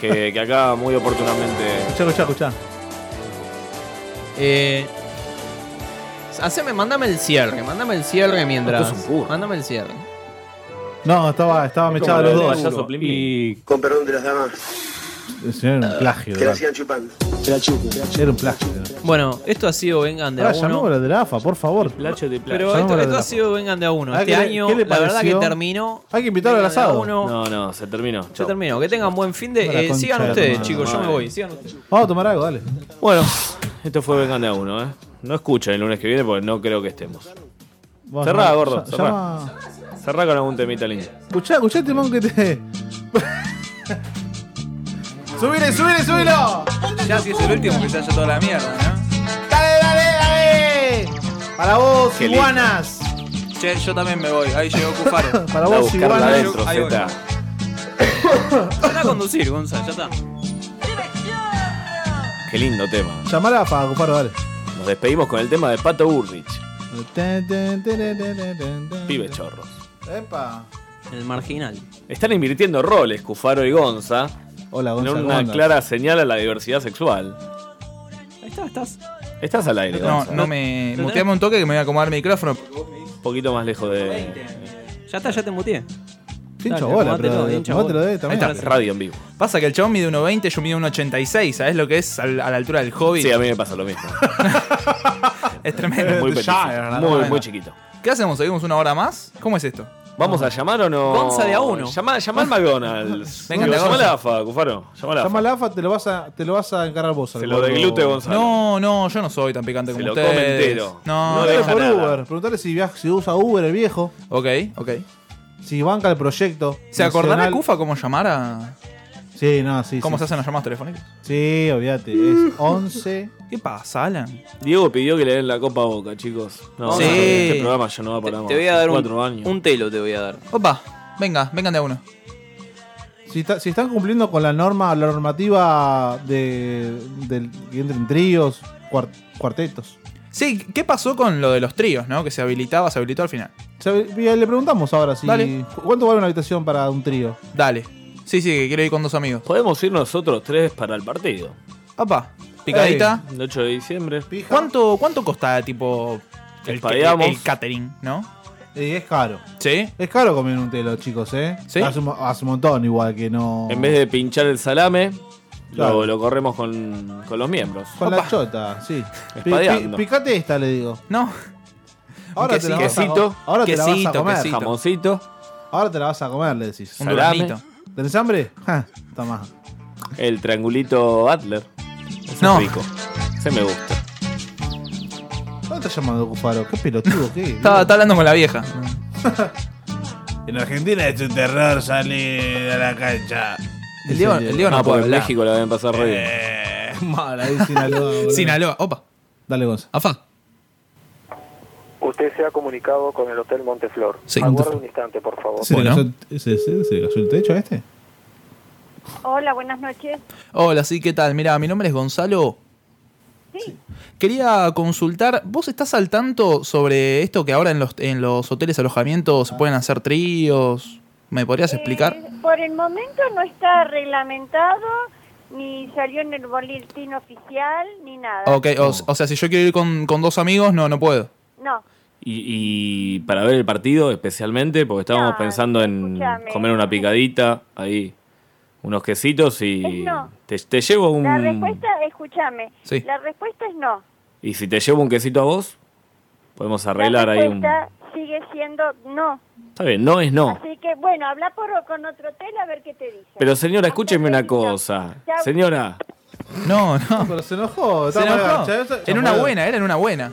Speaker 10: que, que acá muy oportunamente.
Speaker 9: Escuchá, escuchá, escuchá.
Speaker 4: Eh, haceme, mandame el cierre. Mandame el cierre mientras.
Speaker 9: Esto es
Speaker 4: Mándame el cierre.
Speaker 9: No, estaba, estaba mechado
Speaker 10: como
Speaker 9: los
Speaker 10: lo del
Speaker 9: dos.
Speaker 10: payaso Plim
Speaker 9: Y
Speaker 12: Con perdón de las damas, Ah,
Speaker 9: el señor era un plagio. de
Speaker 12: que la
Speaker 9: verdad.
Speaker 12: sigan chupando.
Speaker 9: Era un plagio. de verdad.
Speaker 4: Bueno, esto ha sido Vengan de a
Speaker 9: Ahora llamemos a
Speaker 4: uno.
Speaker 9: los de la AFA, por favor.
Speaker 4: Pero
Speaker 9: Llamemos a
Speaker 4: esto,
Speaker 9: los
Speaker 4: esto
Speaker 9: de la
Speaker 4: ha
Speaker 9: AFA.
Speaker 4: sido Vengan de a uno.
Speaker 9: Ah,
Speaker 4: Este
Speaker 9: ¿qué le-
Speaker 4: año,
Speaker 9: qué le
Speaker 4: la verdad que
Speaker 9: pareció?
Speaker 4: terminó.
Speaker 9: Hay que invitarlo al
Speaker 4: Vengan de a
Speaker 9: asado.
Speaker 4: uno.
Speaker 10: No, no, se terminó.
Speaker 4: Se
Speaker 10: chau.
Speaker 4: terminó. Que tengan buen fin de.
Speaker 10: Para
Speaker 4: eh,
Speaker 10: la
Speaker 4: sigan
Speaker 10: concha de
Speaker 4: ustedes,
Speaker 10: la
Speaker 4: chicos. Yo
Speaker 10: madre.
Speaker 4: me voy. Sigan ustedes.
Speaker 9: Vamos a tomar algo, dale.
Speaker 10: Bueno, esto fue Vengan de a uno, ¿eh? No escuchen el lunes que viene porque no creo que estemos.
Speaker 9: Vamos,
Speaker 10: cerrá,
Speaker 9: llama-
Speaker 10: gordo,
Speaker 9: ll-
Speaker 10: cerrá.
Speaker 9: llama-
Speaker 10: Cerrá con algún temita lindo.
Speaker 9: Escuchá, escuchá el timón que te. ¡Subile, subile, subilo!
Speaker 3: Ya si es el último que se haya toda la mierda, ¿no?
Speaker 9: ¡Dale, dale, dale! Para vos,
Speaker 3: Qué lindo.
Speaker 9: iguanas.
Speaker 3: Che, yo también me voy. Ahí llegó Cufaro.
Speaker 9: Para vos, iguanas.
Speaker 3: Ahí voy. Anda a conducir, Gonzalo, ya está.
Speaker 10: Qué lindo tema.
Speaker 9: Llamala para Cufaro, dale.
Speaker 10: Nos despedimos con el tema de Pato Burrich. Pibe chorros.
Speaker 9: Epa.
Speaker 4: El marginal.
Speaker 10: Están invirtiendo roles, Cufaro y Gonza.
Speaker 9: Hola, Gonza,
Speaker 10: En
Speaker 9: ¿cómo
Speaker 10: una
Speaker 9: andas?
Speaker 10: clara señal a la diversidad sexual.
Speaker 3: Ahí está, estás.
Speaker 10: Estás al aire,
Speaker 3: No,
Speaker 10: Gonza.
Speaker 3: no me. Muteame un toque que me voy a acomodar el micrófono.
Speaker 10: poquito más lejos de.
Speaker 3: Ya está, ya te embuteé.
Speaker 10: hincha bola,
Speaker 9: eh,
Speaker 10: pero tomátelo de también. Ahí está, radio en vivo.
Speaker 3: Pasa que el chabón mide 1,20, yo mido 1,86. ¿Sabes lo que es al- a la altura del hobby?
Speaker 10: Sí, a mí me pasa lo mismo.
Speaker 3: es tremendo.
Speaker 10: Muy petizo. Muy, muy chiquito.
Speaker 3: ¿Qué hacemos? ¿Seguimos una hora más? ¿Cómo es esto?
Speaker 10: ¿Vamos a llamar o no?
Speaker 3: Gonza de a uno.
Speaker 10: Llama, llama al McDonald's. Venga,
Speaker 3: Venga, la
Speaker 10: llama a
Speaker 3: Gonza.
Speaker 10: la AFA, Cufaro. Llama a la AFA.
Speaker 9: Llama a la AFA, te lo vas a, te lo vas a encargar vos. al
Speaker 10: Se lo
Speaker 9: gordo.
Speaker 10: deglute, Gonzalo.
Speaker 3: No, no, yo no soy tan picante como
Speaker 10: lo
Speaker 3: ustedes.
Speaker 10: come entero.
Speaker 3: No,
Speaker 9: Preguntale
Speaker 3: deja
Speaker 9: por
Speaker 3: nada.
Speaker 9: Uber. Preguntale si, viaja, si usa Uber el viejo.
Speaker 3: Ok, ok.
Speaker 9: Si banca el proyecto.
Speaker 3: ¿Se acordará
Speaker 9: nacional.
Speaker 3: Cufa cómo llamar a.
Speaker 9: Sí, no, sí.
Speaker 3: ¿Cómo
Speaker 9: sí.
Speaker 3: se hacen las llamadas telefónicas?
Speaker 9: Sí, obviate. Es 11.
Speaker 3: ¿Qué pasa, Alan?
Speaker 10: Diego pidió que le den la copa a boca, chicos. No,
Speaker 3: Sí.
Speaker 10: no, este programa ya no va para más.
Speaker 3: te voy a dar un-
Speaker 10: Cuatro años.
Speaker 3: un
Speaker 10: telo te voy a dar.
Speaker 3: Opa, venga, vengan de a uno.
Speaker 9: Si, está- si están cumpliendo con la norma, la normativa de, del que entren tríos, cuar- cuartetos.
Speaker 3: Sí, ¿qué pasó con lo de los tríos, no? Que se habilitaba, se habilitó al final.
Speaker 9: ¿Sabe? Y Le preguntamos ahora si.
Speaker 3: Dale.
Speaker 9: ¿Cuánto vale una habitación para un trío?
Speaker 3: Dale. Sí, sí, que quiero ir con dos amigos.
Speaker 10: Podemos ir nosotros tres para el partido.
Speaker 3: Opa, picadita.
Speaker 10: El 8 de diciembre.
Speaker 3: ¿Cuánto, ¿Cuánto costaba, tipo, el,
Speaker 9: Espadeamos.
Speaker 3: el- el catering, no?
Speaker 9: Y es caro.
Speaker 3: ¿Sí?
Speaker 9: Es caro comer en un telo, chicos, ¿eh?
Speaker 10: ¿Sí?
Speaker 9: Hace, un, hace un montón igual que no.
Speaker 10: En vez de pinchar el salame,
Speaker 9: Claro.
Speaker 10: lo, lo corremos con, con los miembros.
Speaker 9: Con la chota, sí. Pi- pi-
Speaker 10: Espadeando.
Speaker 9: Picate esta, le digo.
Speaker 3: No.
Speaker 9: Ahora te la vas a
Speaker 10: quesito,
Speaker 9: comer. Ahora te la vas a
Speaker 10: quesito,
Speaker 9: comer.
Speaker 10: quesito. jamoncito.
Speaker 9: Ahora te la vas a comer, le decís.
Speaker 10: Un Salame. duraznito.
Speaker 9: ¿Tenés hambre? Ja, toma.
Speaker 10: El triangulito Adler. Ese
Speaker 9: No.
Speaker 10: es rico. Se me gusta.
Speaker 9: ¿Dónde estás llamando Cufaro? ¿Qué pelotudo? ¿Qué?
Speaker 3: Estaba, estaba hablando con la vieja.
Speaker 9: En Argentina es un terror salir a la cancha.
Speaker 3: El Diego, el Diego no,
Speaker 10: Ah,
Speaker 3: puede
Speaker 10: porque en
Speaker 3: hablar.
Speaker 10: México la deben pasar re bien.
Speaker 9: Eh, Mala, ahí Sinaloa. boludo.
Speaker 3: Sinaloa, opa.
Speaker 9: Dale, Gonza.
Speaker 3: Afa.
Speaker 18: Usted se ha comunicado con el Hotel Monteflor.
Speaker 9: Sí,
Speaker 18: Aguarde
Speaker 9: Monteflor.
Speaker 18: un instante, por favor.
Speaker 9: ¿Se, le cayó, se- se- se le cayó el techo a este?
Speaker 18: Hola, buenas noches.
Speaker 3: Hola, sí, ¿qué tal? Mira, mi nombre es Gonzalo. Sí. Quería consultar, ¿vos estás al tanto sobre esto que ahora en los, en los hoteles alojamientos se pueden hacer tríos? ¿Me podrías explicar?
Speaker 19: Por el momento no está reglamentado, ni salió en el boletín oficial, ni nada.
Speaker 3: Ok, o, o sea, si yo quiero ir con, con dos amigos, no, no puedo.
Speaker 19: No,
Speaker 10: Y, y para ver el partido especialmente, porque estábamos pensando en
Speaker 19: escúchame.
Speaker 10: comer una picadita, ahí unos quesitos y
Speaker 19: no.
Speaker 10: te, te llevo
Speaker 19: la
Speaker 10: un...
Speaker 19: respuesta, escúchame,
Speaker 10: Sí.
Speaker 19: la respuesta es no.
Speaker 10: Y si te llevo un quesito a vos, podemos arreglar
Speaker 19: la
Speaker 10: ahí un...
Speaker 19: respuesta sigue siendo no.
Speaker 10: Está bien, no es no.
Speaker 19: Así que, bueno, habla por, con otro hotel a ver qué te dice.
Speaker 10: Pero señora, escúcheme una cosa.
Speaker 19: Chau.
Speaker 10: Señora,
Speaker 3: No, no.
Speaker 9: Pero se enojó.
Speaker 3: Se
Speaker 9: estaba mal
Speaker 3: enojó.
Speaker 9: agachado. Eso-
Speaker 3: En una buena, era en una buena.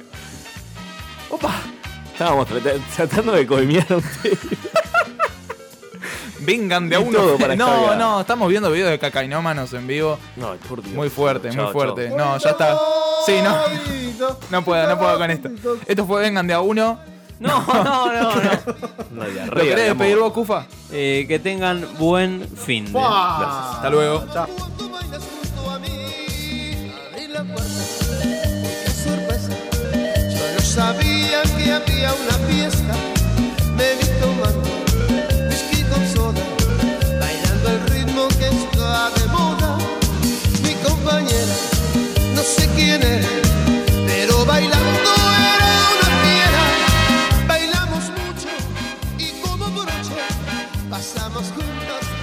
Speaker 10: estábamos trata- tratando de coimear a usted.
Speaker 3: Vengan de a
Speaker 10: Y
Speaker 3: uno.
Speaker 10: todo para esta
Speaker 3: no,
Speaker 10: vida.
Speaker 3: no, estamos viendo videos de cacainómanos en vivo.
Speaker 10: No,
Speaker 3: Muy fuerte,
Speaker 10: Chao,
Speaker 3: muy fuerte.
Speaker 10: chao.
Speaker 3: No, ya está. Sí, no. No puedo, no puedo con esto. Esto fue Vengan de a uno. No, no, no.
Speaker 10: No,
Speaker 3: ¿Lo querés despedir vos, Cufa?
Speaker 10: Eh, que tengan
Speaker 3: buen fin.
Speaker 10: de- Gracias.
Speaker 3: Hasta luego.
Speaker 13: Abrí la puerta, qué sorpresa. Yo no sabía que había una fiesta. Me vi tomando whisky con soda, bailando el ritmo que está de moda. Mi compañera, no sé quién era, pero bailando era una fiera. Bailamos mucho y como broche, pasamos juntos